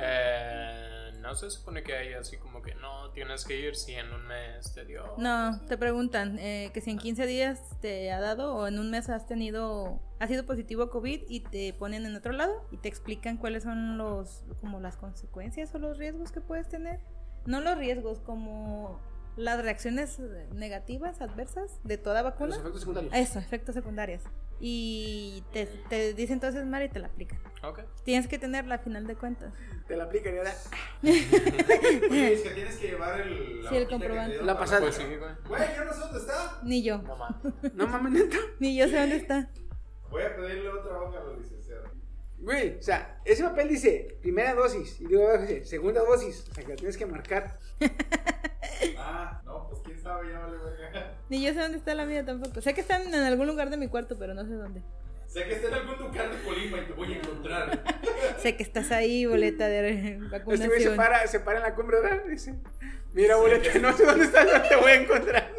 Eh, no se supone que hay así como que no tienes que ir si en un mes te dio.
No, te preguntan eh, que si en 15 días te ha dado o en un mes has tenido, has sido positivo a COVID y te ponen en otro lado y te explican cuáles son los, como las consecuencias o los riesgos que puedes tener. No los riesgos, como las reacciones eh, negativas, adversas de toda
Los
vacuna.
efectos secundarios.
Eso, efectos secundarios. Y te, te dicen entonces Mari y te la aplican.
Ok.
Tienes que tenerla a final de cuentas.
Te la aplican y ahora.
Oye, es que tienes que llevar el.
Sí, el
hojita que te
comprobante.
dieron
La
para-
pasada.
Pues sí, güey.
Güey, yo no sé dónde está.
Ni yo,
No mames.
No mames, neta.
ni yo sé dónde está.
Voy a pedirle otra hoja a los licenciados.
Güey, o sea, ese papel dice primera dosis y luego dice segunda dosis. O sea, que la tienes que marcar.
Ah, no, pues quién sabe, ya vale verga.
Ni yo sé dónde está la mía tampoco. Sé que están en algún lugar de mi cuarto, pero no sé dónde.
Sé que está en algún lugar de Colima y te voy a encontrar.
Sé que estás ahí, boleta de
Este güey se
vacunación.
para, se para en la cumbre, ¿verdad? Dice, mira, boleta, no sé dónde estás, pero te voy a encontrar.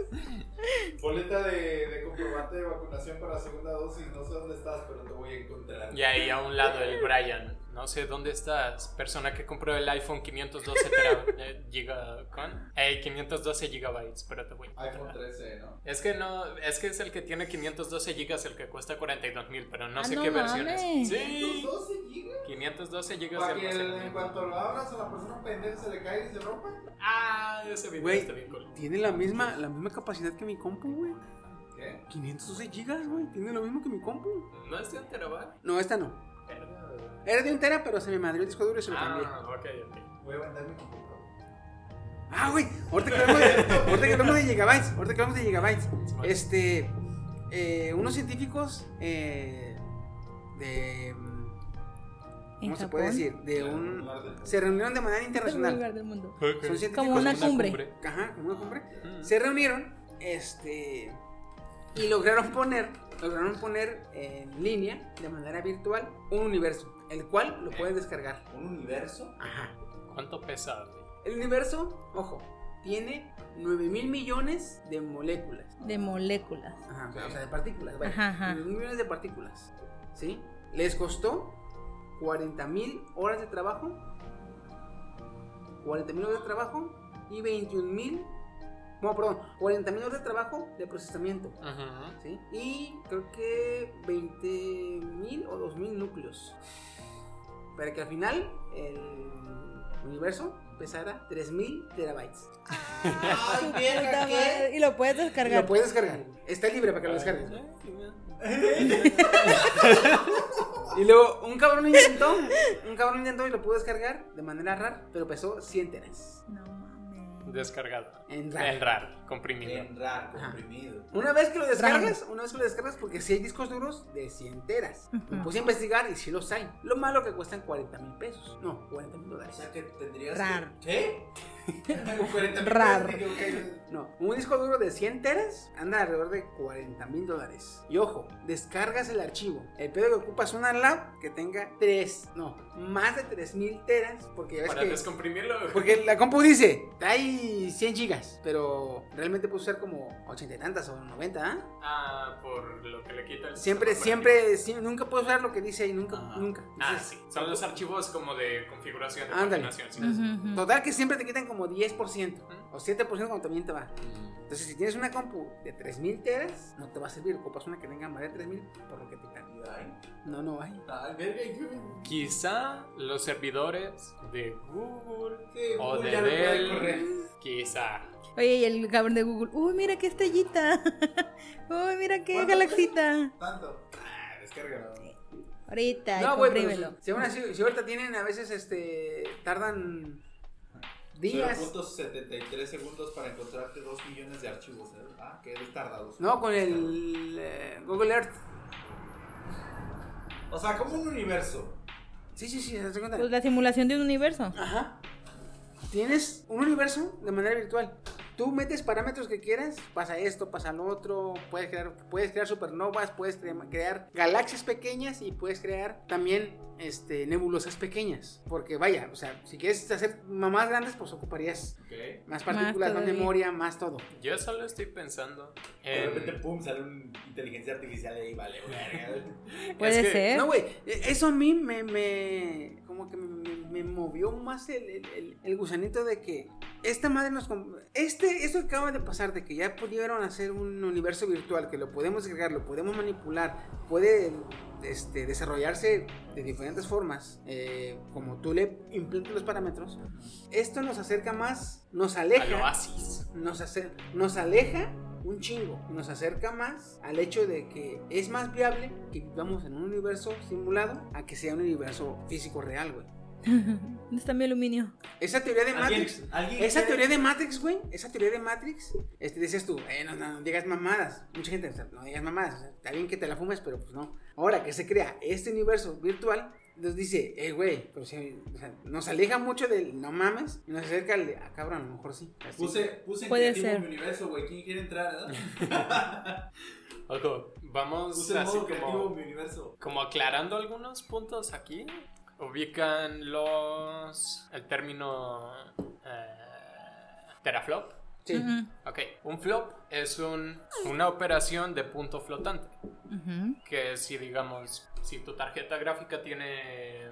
Boleta de, de comprobante de vacunación para segunda dosis. No sé dónde estás, pero te voy a encontrar.
Y ahí a un lado el Brian. No sé dónde estás. Persona que compró el iPhone 512 tera- eh, giga con. Eh, 512 gigabytes, pero te voy a
iPhone
encontrar.
13, ¿no?
Es que no, es que es el que tiene 512 gigas el que cuesta 42 mil, pero no
Ah,
sé
no
qué versión
mames.
es. Sí,
12 gigas.
512 gigas
Para
de
que el- en
almacenamiento.
cuanto lo abras a la persona pendeja se le caiga y se rompa.
Ah, ese video
Güey.
está bien cool.
Tiene la misma, la misma capacidad que mi compu, güey.
¿Qué?
512 gigas, güey. Tiene lo mismo que mi compu.
¿No es de un terabyte?
No, esta no.
Verga.
Era de un tera, pero se me madrió el disco duro y se lo cambié.
Ah, ok, ok.
Voy a vender mi computadora.
Ah, güey, ahorita que hablamos de, ahorita que hablamos de gigabytes, ahorita que hablamos de gigabytes, este, eh, unos científicos eh, de,
En
¿cómo se puede
Japón.
decir? De un, se reunieron de manera internacional.
del mundo.
Son científicos,
Como una cumbre.
Ajá, como una cumbre.
Mm.
Se reunieron, este, y lograron poner, lograron poner en línea, de manera virtual, un universo, el cual lo pueden descargar.
¿Un universo?
Ajá.
¿Cuánto pesa? güey?
El universo, ojo, tiene 9 mil millones de moléculas.
De moléculas.
Ajá, o sea, de partículas, vaya.
Ajá, ajá.
Mil millones de partículas. ¿Sí? Les costó 40 mil horas de trabajo. 40 mil horas de trabajo y 21 mil. No, perdón, 40 mil horas de trabajo de procesamiento.
Ujú.
¿Sí? Y creo que 20 mil o 2 mil núcleos. Para que al final el universo pesara 3 mil terabytes.
¡Ay, verga,
Puta madre,
qué!
Y lo puedes
Ah, Y
descargar.
Lo puedes descargar. Está libre para que lo descargues. Y luego un cabrón intentó, un cabrón intentó y lo pudo descargar de manera rara, pero pesó 100 teras.
No mames.
Descargado.
En RAR.
En RAR, comprimido.
En RAR,
Ajá.
comprimido.
Una vez que lo descargas, una vez que lo descargas, porque si hay discos duros de 100 teras. Me
Ujú.
puse a investigar y si los hay. Lo malo que cuestan 40 mil pesos. No, 40 mil
O
dólares.
sea que tendrías.
Rar.
[laughs]
que- ¿Qué? Como 40 mil
Rar.
pesos, digo, ok.
No, un disco duro de 100 teras anda alrededor de 40 mil dólares. Y ojo, descargas el archivo. El pedo que ocupas una lab que tenga 3, no, más de 3 mil teras. Porque ya ves
Para
que-
descomprimirlo. güey.
Porque la compu dice, hay 100 gigas, pero realmente puede usar como 80 y tantas o 90, ¿ah?
Ah, por lo que le quita el
Siempre,
sistema
siempre, sí, nunca puedo usar lo que dice ahí, nunca,
Ajá.
nunca.
operativo. Ah,
Entonces,
sí. Son los archivos como de configuración de
Ándale.
coordinación, sí.
Ujú, ujú.
Total que siempre te quitan como 10% o 7% cuando también te va.
Mm.
Entonces, si tienes una compu de 3000 teras, no te va a servir. Ocupas una que tenga más de 3000, por lo que te quitan.
Ay,
No, no hay.
ay, verga, y yo-
Quizá los servidores de Google
Sí,
o
Google
de
ya lo puede correr.
Dell. Quizá.
Oye, y el cabrón de Google. Uy, mira qué estrellita. [laughs] Uy, mira qué
¿Cuánto?
galaxita.
Tanto. Ah, descárgalo.
Ahorita,
no,
no,
güey, pues, pero si- si, aún así- si ahorita tienen, a veces, este, tardan días.
0.73 segundos para encontrarte 2 millones de archivos. ¿eh? Ah, qué tardados.
No, con el eh, Google Earth.
O sea, como un universo.
Sí, sí, sí, ¿te das cuenta?
Pues la simulación de un universo.
Ajá. Tienes un universo de manera virtual. Tú metes parámetros que quieras, pasa esto, pasa lo otro, puedes crear, puedes crear supernovas, puedes cre- crear galaxias pequeñas y puedes crear también este, nebulosas pequeñas. Porque vaya, o sea, si quieres hacer más grandes, pues ocuparías
Ok.
más
Más
partículas, más,
todavía.
memoria, más todo.
Yo solo estoy pensando
De
en.
repente, pum, sale una inteligencia artificial y ahí, vale,
[laughs]
verga.
Puede
Es que-
ser.
No, güey, e- eso a mí me, me- como que me, me- me movió más el, el- el- el gusanito de que esta madre nos... com- Este, esto que acaba de pasar, de que ya pudieron hacer un universo virtual, que lo podemos agregar, lo podemos manipular, puede este, desarrollarse de diferentes formas, eh, como tú le implantas los parámetros, esto nos acerca más, nos
Al
aleja
oasis.
nos, acer- nos aleja un chingo, nos acerca más al hecho de que es más viable que vivamos en un universo simulado a que sea un universo físico real, güey.
¿Dónde está mi aluminio?
Esa teoría de
¿Alguien,
Matrix.
¿alguien
Esa
quiere-
teoría de Matrix, güey, esa teoría de Matrix, este, decías tú, eh, no, no, no digas mamadas. Mucha gente, o sea, no digas mamadas, o sea, está bien que te la fumes, pero pues no. Ahora que se crea este universo virtual, nos dice, eh, güey, pero si- o sea, nos aleja mucho del no mames y nos acerca al de, ah, cabrón, a lo mejor sí. así".
Puse, puse en
Puede
creativo
ser.
mi universo, güey. ¿Quién quiere entrar, eh? [laughs] verdad?
Ojo, vamos
Puse en
así
modo creativo
como,
mi universo.
como aclarando algunos puntos aquí. Ubican los. el término. eh, teraflop.
Sí.
Ujú,
Ok, un flop es un, una operación de punto flotante.
ujú.
Que si, digamos, si tu tarjeta gráfica tiene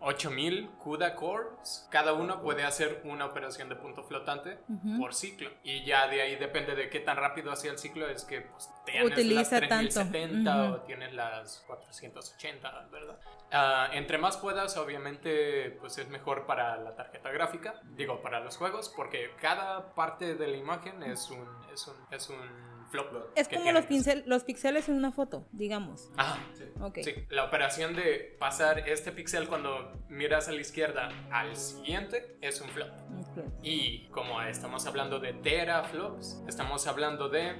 8000 CUDA cores, cada uno puede hacer una operación de punto flotante
Ujú.
por ciclo. Y ya de ahí depende de qué tan rápido hacía el ciclo, es que pues, tienes
Utiliza
las
tanto.
3070
Ujú.
o tienes las 480, ¿verdad? Ah, entre más puedas, obviamente, pues es mejor para la tarjeta gráfica, digo, para los juegos, porque cada parte de la imagen es un, es un, es un flop.
Es
que
como
tiene
los,
que ser.
pincel, los pixeles en una foto, digamos.
Ajá,
Ok.
Sí, la operación de pasar este pixel cuando miras a la izquierda al siguiente es un flop.
Ok.
Y como estamos hablando de teraflops, estamos hablando de...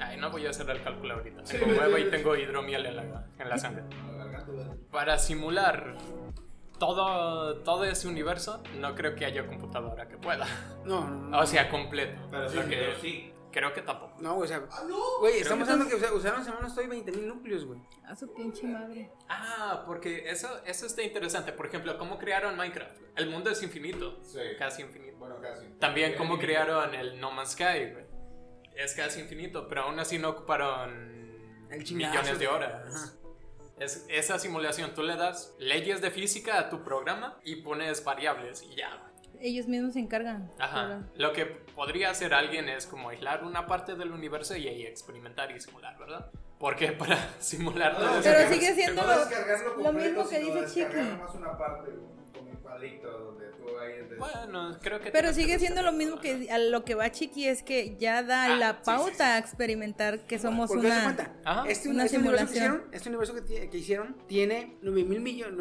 Ay, no voy a hacer el cálculo ahorita. Tengo huevo y tengo hidromiel en la, en la sangre. Para simular todo, todo ese universo, no creo que haya computadora que pueda.
No, no, no.
O sea, completo.
Pero sí, Ah,
Lo que-
pero sí.
Creo que tampoco.
No, o sea, güey, estamos
que
hablando que o sea, usaron semana estoy 20 mil núcleos, güey.
A su pinche madre.
Ah, porque eso, eso está interesante. Por ejemplo, cómo crearon Minecraft. El mundo es infinito.
Sí.
Casi infinito.
Bueno, casi.
También cómo crearon el No Man's Sky. güey. Es casi infinito, pero aún así no ocuparon
El chingazo
millones
de-
de horas. Es, esa simulación, tú le das leyes de física a tu programa y pones variables y ya. güey.
Ellos mismos se encargan.
Ajá.
Ahora,
Lo que podría hacer alguien es como aislar una parte del universo y ahí experimentar y simular, ¿verdad? Porque [laughs] para simular todo ese
Pero
universo,
sigue siendo
No
lo,
descargarlo
lo
completo,
mismo que
sino
dice
descargar
Chiqui.
nomás una parte, güey, como un cuadrito donde tú ahí- de-
Bueno, creo que.
Pero
tienes que
sigue siendo lo
respetar
mismo
todo, ¿no?
que a lo que va Chiqui es que ya da
Ah, sí,
la
sí,
pauta
sí.
a experimentar que somos
Porque haz de
una.
cuenta,
Ajá.
este,
Una
este universo que
simulación.
hicieron, este universo que, ti- que hicieron tiene 9 mil millones,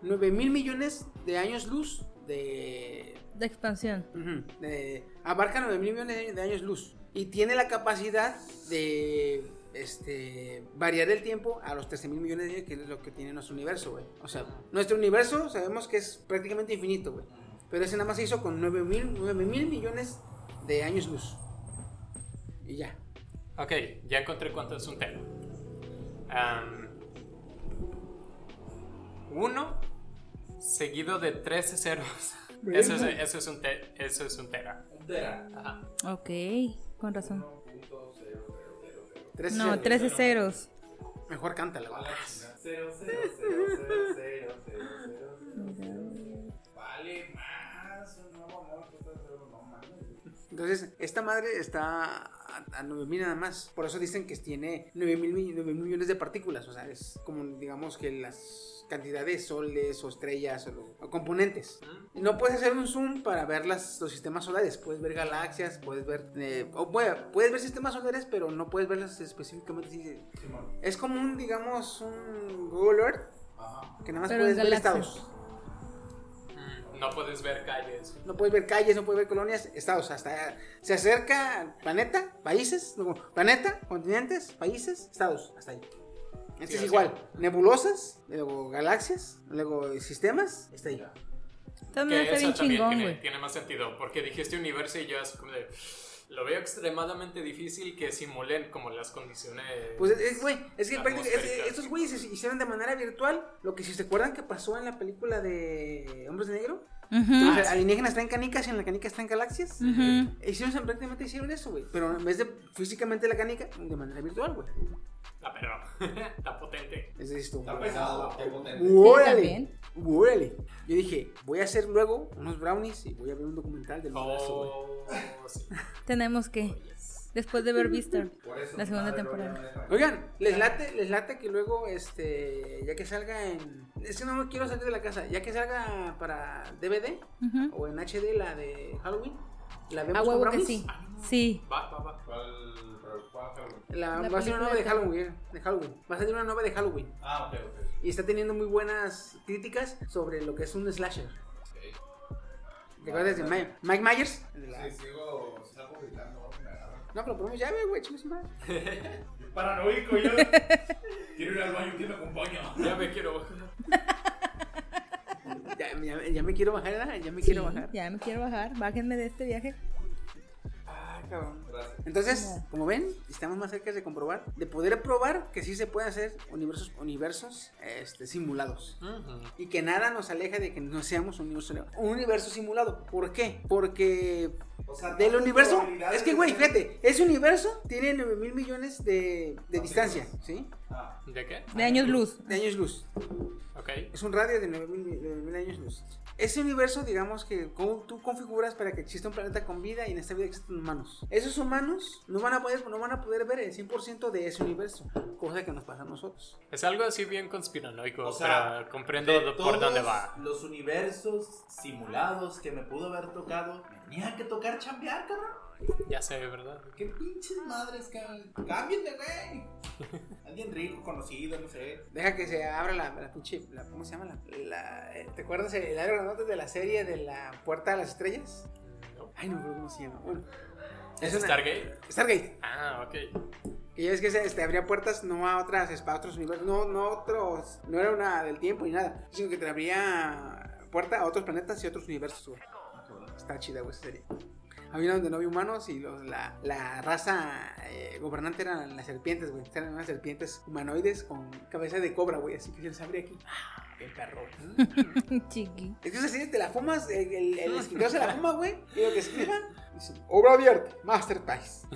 9, mil millones de años luz de...
De expansión.
ujú, de- abarca 9 mil millones de años- de años luz y tiene la capacidad de este, variar el tiempo a los 13 mil millones de años que es lo que tiene nuestro universo, güey. O sea, nuestro universo sabemos que es prácticamente infinito, güey. Pero ese nada más se hizo con 9 mil, 9 mil millones de años luz. Y ya.
Ok, ya encontré cuánto es un tera. Am, uno seguido de 13 ceros. Eso es, eso es un te- eso es un tera.
Un tera.
Ajá.
Ok, con razón.
Tres
No,
ceros.
13 ceros.
Mejor cántala, güey.
Cero, cero, cero, cero, cero, cero, cero, cero, cero. Vale más un nuevo amor que estás haciendo, no mames.
Entonces, esta madre está a, a 9000 nada más. Por eso dicen que tiene 9000 mi- 9,000 millones de partículas. O sea, es como, digamos, que las cantidades soles o estrellas o, lo- o componentes. No puedes hacer un zoom para ver las, los sistemas solares. Puedes ver galaxias, puedes ver. eh, o bueno, puedes ver sistemas solares, pero no puedes verlas específicamente. Sí,
Simón.
Es como un, digamos, un Google Earth
Ajá.
que nada más
Pero en
puedes ver
galaxias.
estados.
Mm, No puedes ver calles.
No puedes ver calles, no puedes ver colonias, estados. Hasta se acerca al planeta, países, no, planeta, continentes, países, estados, hasta ahí. Entonces es
o sea.
igual, nebulosas, luego galaxias, luego sistemas, está ahí.
También
Que
está bien
eso también
chingón,
tiene,
güey.
tiene más sentido, porque dijiste universo y yo es como de... Lo veo extremadamente difícil que simulen como las condiciones...
Pues es- es, güey, es que
La
prácticamente es-
atmosférica.
estos güeyes se hicieron de manera virtual lo que si se acuerdan que pasó en la película de Hombres de Negro.
Ujú,
Entonces, alienígenas están en canicas y en la canica están galaxias.
Ah, ujú.
Hicieron, prácticamente hicieron eso, güey. Pero en vez de físicamente la canica, de manera virtual, güey.
La perro. [laughs] Está Ah, potente.
Es esto.
Está pesado, qué potente.
¡Órale!
también.
¡Órale! Yo dije, voy a hacer luego unos brownies y voy a ver un documental del universo. güey.
Oh, sí.
Tenemos que. Después de ver Vistar,
Por eso
la
mi
segunda
madre luego ya no
temporada.
deja.
Oigan, les late, les late que luego, este, ya que salga en... Es que no me quiero salir de la casa. Ya que salga para DVD
Ujú.
o en HD la de Halloween, la vemos
A
con
huevo que
brownies.
sí. Sí.
Va, va, va.
¿Cuál- cuál Halloween?
La,
La
va a ser
película
una nueva de
de
Halloween, de Halloween. Va a salir una nueva de Halloween.
Ah, ok, ok.
Y está teniendo muy buenas críticas sobre lo que es un slasher. ¿Te acuerdas de Mike, Mike Myers?
Sí, sigo, salgo gritando, ahora que me agarran.
No, pero ponemos llave, güey, chingue su madre.
[laughs]
Paranoico, yo. Quiero ir al baño, ¿quién me acompaña?
Ya me quiero bajar.
ya, ya- ya me quiero bajar, ¿verdad? ya me quiero bajar.
Ya me quiero bajar. Bájenme de este viaje.
Ah, cabrón. Entonces, como ven, estamos más cerca de comprobar, de poder probar que sí se pueden hacer universos, universos este, simulados.
Ujú.
Y que nada nos aleja de que no seamos un universo, un universo simulado. ¿Por qué? Porque
O sea,
del
tantas
universo...
probabilidades
Es que,
de
güey,
ser-
fíjate, ese universo tiene 9 mil millones de, de distancia, ¿sí?
Ah,
¿De qué?
De años
[laughs]
luz.
De años luz.
Ok.
Es un radio de 9000 años luz. Ese universo, digamos que cómo tú configuras para que exista un planeta con vida y en esta vida existen humanos. Esos humanos no van a poder, no van a poder ver el 100% de ese universo, cosa que nos pasa a nosotros.
Es algo así bien conspiranoico,
O sea,
pero comprendo
de
por dónde
todos
va.
Los universos simulados que me pudo haber tocado, me tenía que tocar chambear, cabrón.
Ya sé, ¿verdad?
Qué pinches madres, cabrón. Cámbiate, güey.
[laughs]
Alguien rico, conocido, no sé.
Deja que se abra la, la pinche, la- ¿cómo se llama? La, la- eh, ¿Te acuerdas el área grandote de la serie de la Puerta a las Estrellas?
No.
Ay, no me acuerdo cómo se llama. Bueno,
¿Es
una-
Stargate?
Stargate.
Ah, ok.
Que ya ves que se, este, abría puertas no a otras, espa- a otros universos, no, no a otros, no era una del tiempo ni nada, sino que te abría puerta a otros planetas y otros universos, güey. Está chida, güey, esa serie. Había una donde no había humanos y los- la, la raza eh, gobernante eran las serpientes, güey. Eran unas serpientes humanoides con cabeza de cobra, güey. Así que se les abría aquí. ¡Ah, ¡Qué perro!
Chiqui.
Entonces así te la fumas, el, el, el escritor se la fuma, güey, y lo que escriban, dice, obra abierta, masterpiece.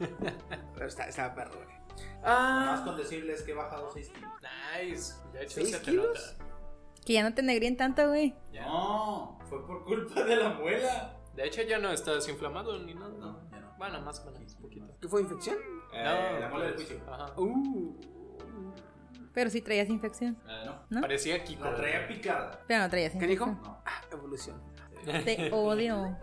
[laughs] Pero está, está perro, güey.
Más
Ah,
con decirles que he bajado 6 kilos.
Nice. De hecho,
¿Seis
se te
kilos?
nota.
Que ya no te negríen tanto, güey.
No, fue por culpa de la muela.
De hecho, ya no estás inflamado ni nada.
No, ya no.
Bueno, más o menos, poquito.
¿qué fue infección?
Eh, la muela
pues.
del juicio.
Ajá.
Uh,
Pero sí traías infección.
Eh, no.
¿No?
Parecía Kiko.
La traía picada.
Pero no traías
¿Qué dijo?
infección.
No.
Ah, evolución. [laughs]
Te odio.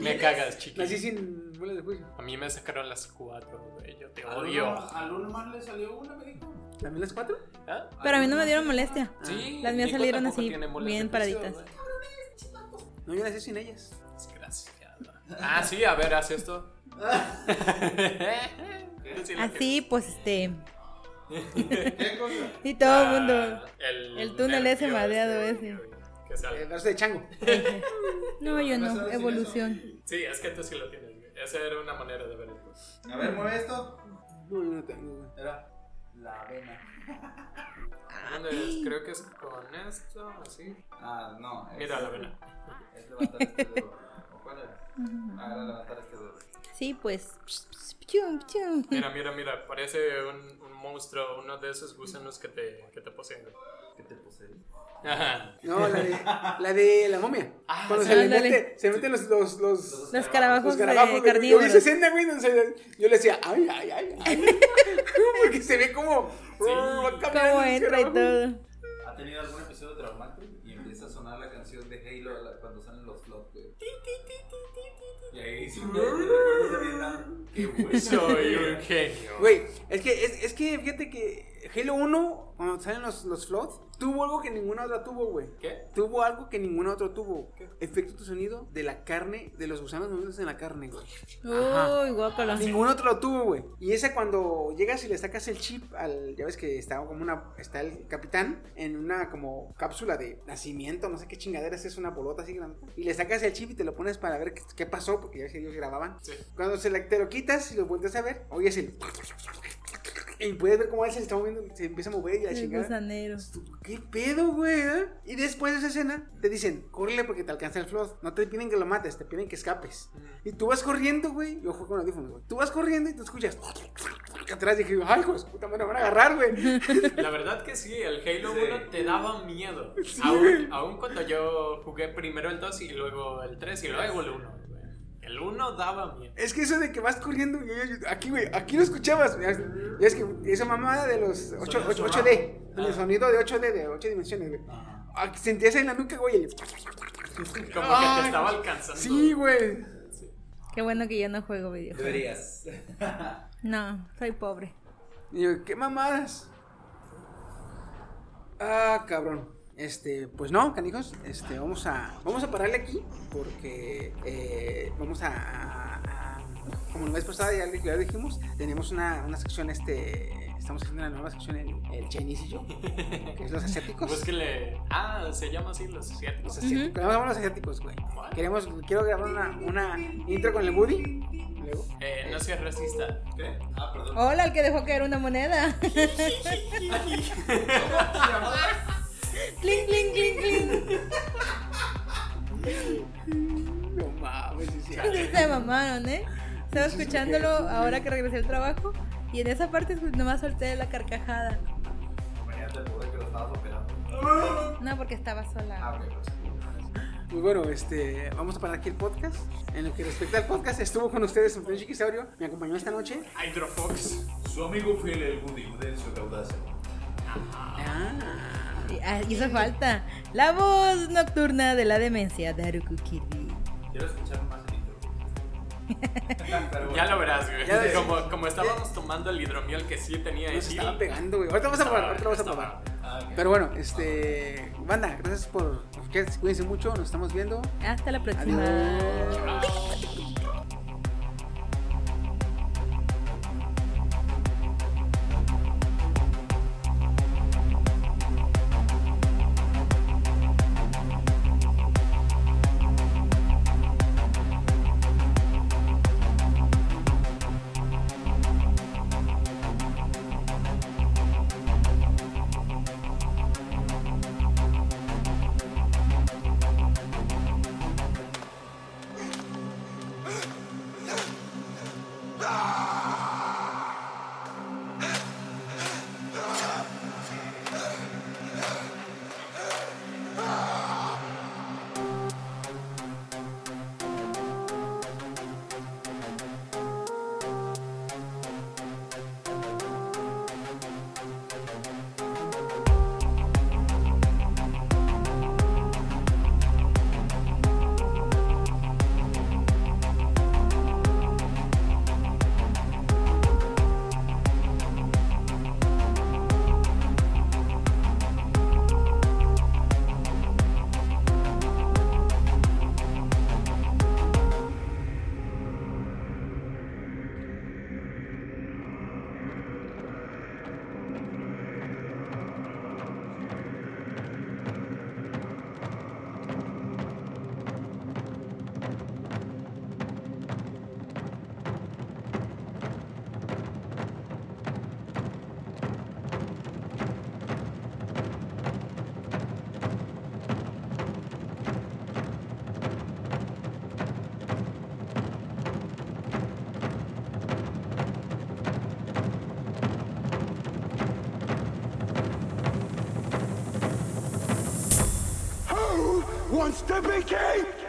Me cagas, chiquito.
Nací sin bolas de juicio.
A mí me sacaron las cuatro, güey. Yo te
Al
odio.
uno- Al uno más le salió una, me dijo.
¿También las cuatro?
¿Ah?
Pero a mí no me dieron molestia.
Sí.
Las mías
Nico
salieron
tampoco
así,
tiene moles
bien
de juicio,
paraditas.
güey.
No, yo nací sin ellas.
Desgraciada. Ah, sí, a ver, haz esto. Tú sí la
Así, pues este.
¿Qué cosa?
Y todo el
Ah,
mundo.
El,
el túnel ese
nervio este
madreado
que sale.
El brazo Eh, de chango. [laughs]
No, yo
¿Vas a
no.
decir
Evolución.
Sí, es que tú sí lo tienes. güey. Esa era una manera de ver el túnel.
A ver, mueve esto.
No, yo no tengo, güey.
Era la avena.
Entonces, creo que es con esto, así.
Ah, no. es-
Mira la vena.
Es levantar este dedo. ¿O cuál era? Ah, era levantar este dedo.
Sí, pues. Pchum,
[laughs]
pchum.
Mira, mira, mira. Parece un, un monstruo, uno de esos gusanos que te, que te poseen. güey.
¿Qué te puse?
[laughs]
Ajá.
No, la de la, de la momia.
Ah,
Cuando
sí,
se le
ándale.
mete, se meten los, los, los,
Los carabajos
Los
de
carabajos, güey. Yo vi
carnívoros.
esa escena, güey, donde se- yo le decía, ay, ay, ay, ay. [laughs] Porque se ve como. va cambiando
Cómo
ese
entra y
carabajo.
todo.
¿Ha tenido algún episodio traumático? Y empieza a sonar la canción de Halo la- cuando salen los flops, güey. Y ahí se me recuerdo de vida. Qué bueno.
[laughs] Soy un genio.
Güey, es que, es, es que fíjate que Halo 1, cuando salen los, los floats, tuvo algo que ninguna otra tuvo, güey.
¿Qué?
Tuvo algo que ningún otro tuvo. Efecto de sonido de la carne, de los gusanos moviéndose en la carne, güey. Ajá.
Uy, guácala.
Ningún otro lo tuvo, güey. Y esa cuando llegas y le sacas el chip al. Ya ves que está como una. Está el capitán en una como cápsula de nacimiento, no sé qué chingaderas, es una bolota así grande. Y le sacas el chip y te lo pones para ver qué, qué pasó, porque ya ves que ellos grababan.
Sí.
Cuando se la- te lo quitas y lo vuelves a ver, oyes el. Y puedes ver cómo él se está moviendo, se empieza a mover y la
El
chingada.
gusanero.
¿Qué pedo, güey? eh? Y después de esa escena, te dicen, córrele porque te alcanza el flood. No te piden que lo mates, te piden que escapes. Y tú vas corriendo, güey. Yo juego con audífonos, güey. Tú vas corriendo y te escuchas. Atrás dije, ay, hijo de su puta, me van a agarrar, güey.
La verdad que sí, el Halo
Sí.
1 te daba miedo. Aún, aún cuando yo jugué primero el 2 y luego el 3 y luego el 1. güey. El 1 daba miedo.
Es que eso de que vas corriendo, yo- yo- yo- aquí, güey, aquí lo escuchabas. Ya ya es que esa mamada de los 8,
Sonido sonoro.
d
Ah.
el sonido de 8D, de 8 dimensiones, güey. Aquí Sentías en la nuca, güey. el-
Como que
Ay,
te estaba alcanzando.
Sí, güey.
Qué bueno que yo no juego videojuegos.
Deberías.
No, soy pobre.
Y yo, ¿qué mamadas? Ah, cabrón. Este, pues no, canijos. Este, vamos a. Vamos a pararle aquí. Porque eh, vamos a. a- a- como la vez pasada ya, le- ya lo dijimos, tenemos una, una sección este Estamos haciendo una nueva sección, el, el Chinese y yo, Pues que es los asiáticos.
Búsquele. Ah, se llama así los asiáticos.
Los asiáticos. Vamos a los asiáticos, güey. Queremos, quiero grabar una, una intro con el Woody. Luego.
Eh, no seas racista.
¿Qué? Ah, perdón.
Hola, el que dejó caer una
[laughs]
moneda. cling, cling, cling, cling.
No mames, sí, sí.
Se mamaron, ¿eh? Estaba escuchándolo ahora que regresé al trabajo y en esa parte pues, nomás solté la carcajada.
Imagínate el pobre que lo estabas operando.
No, porque estaba
Ah,
sola.
ok, pues.
Pues bueno, este, vamos a parar aquí el podcast. En lo que respecta al podcast, estuvo con ustedes un Chiquisaurio. Me acompañó esta noche.
Hydrofox.
Su amigo fiel, el Woody, Udencio Caudace.
Ah,
Y- ah, hizo falta. La voz nocturna de la demencia de Haruku Kirby.
Quiero escuchar más el [laughs] intro. Pero bueno.
Ya lo verás, güey.
Ya ves.
Como, como estábamos tomando el hidromiel que sí tenía
nos
etil,
estaba pegando, güey. Ahorita vamos a probar, ahorita vamos a
estaba-
probar.
Ah, ok.
Pero bueno, este, banda, gracias por. por que- Cuídense mucho, nos estamos viendo.
Hasta la próxima.
Adiós.
wants to be king?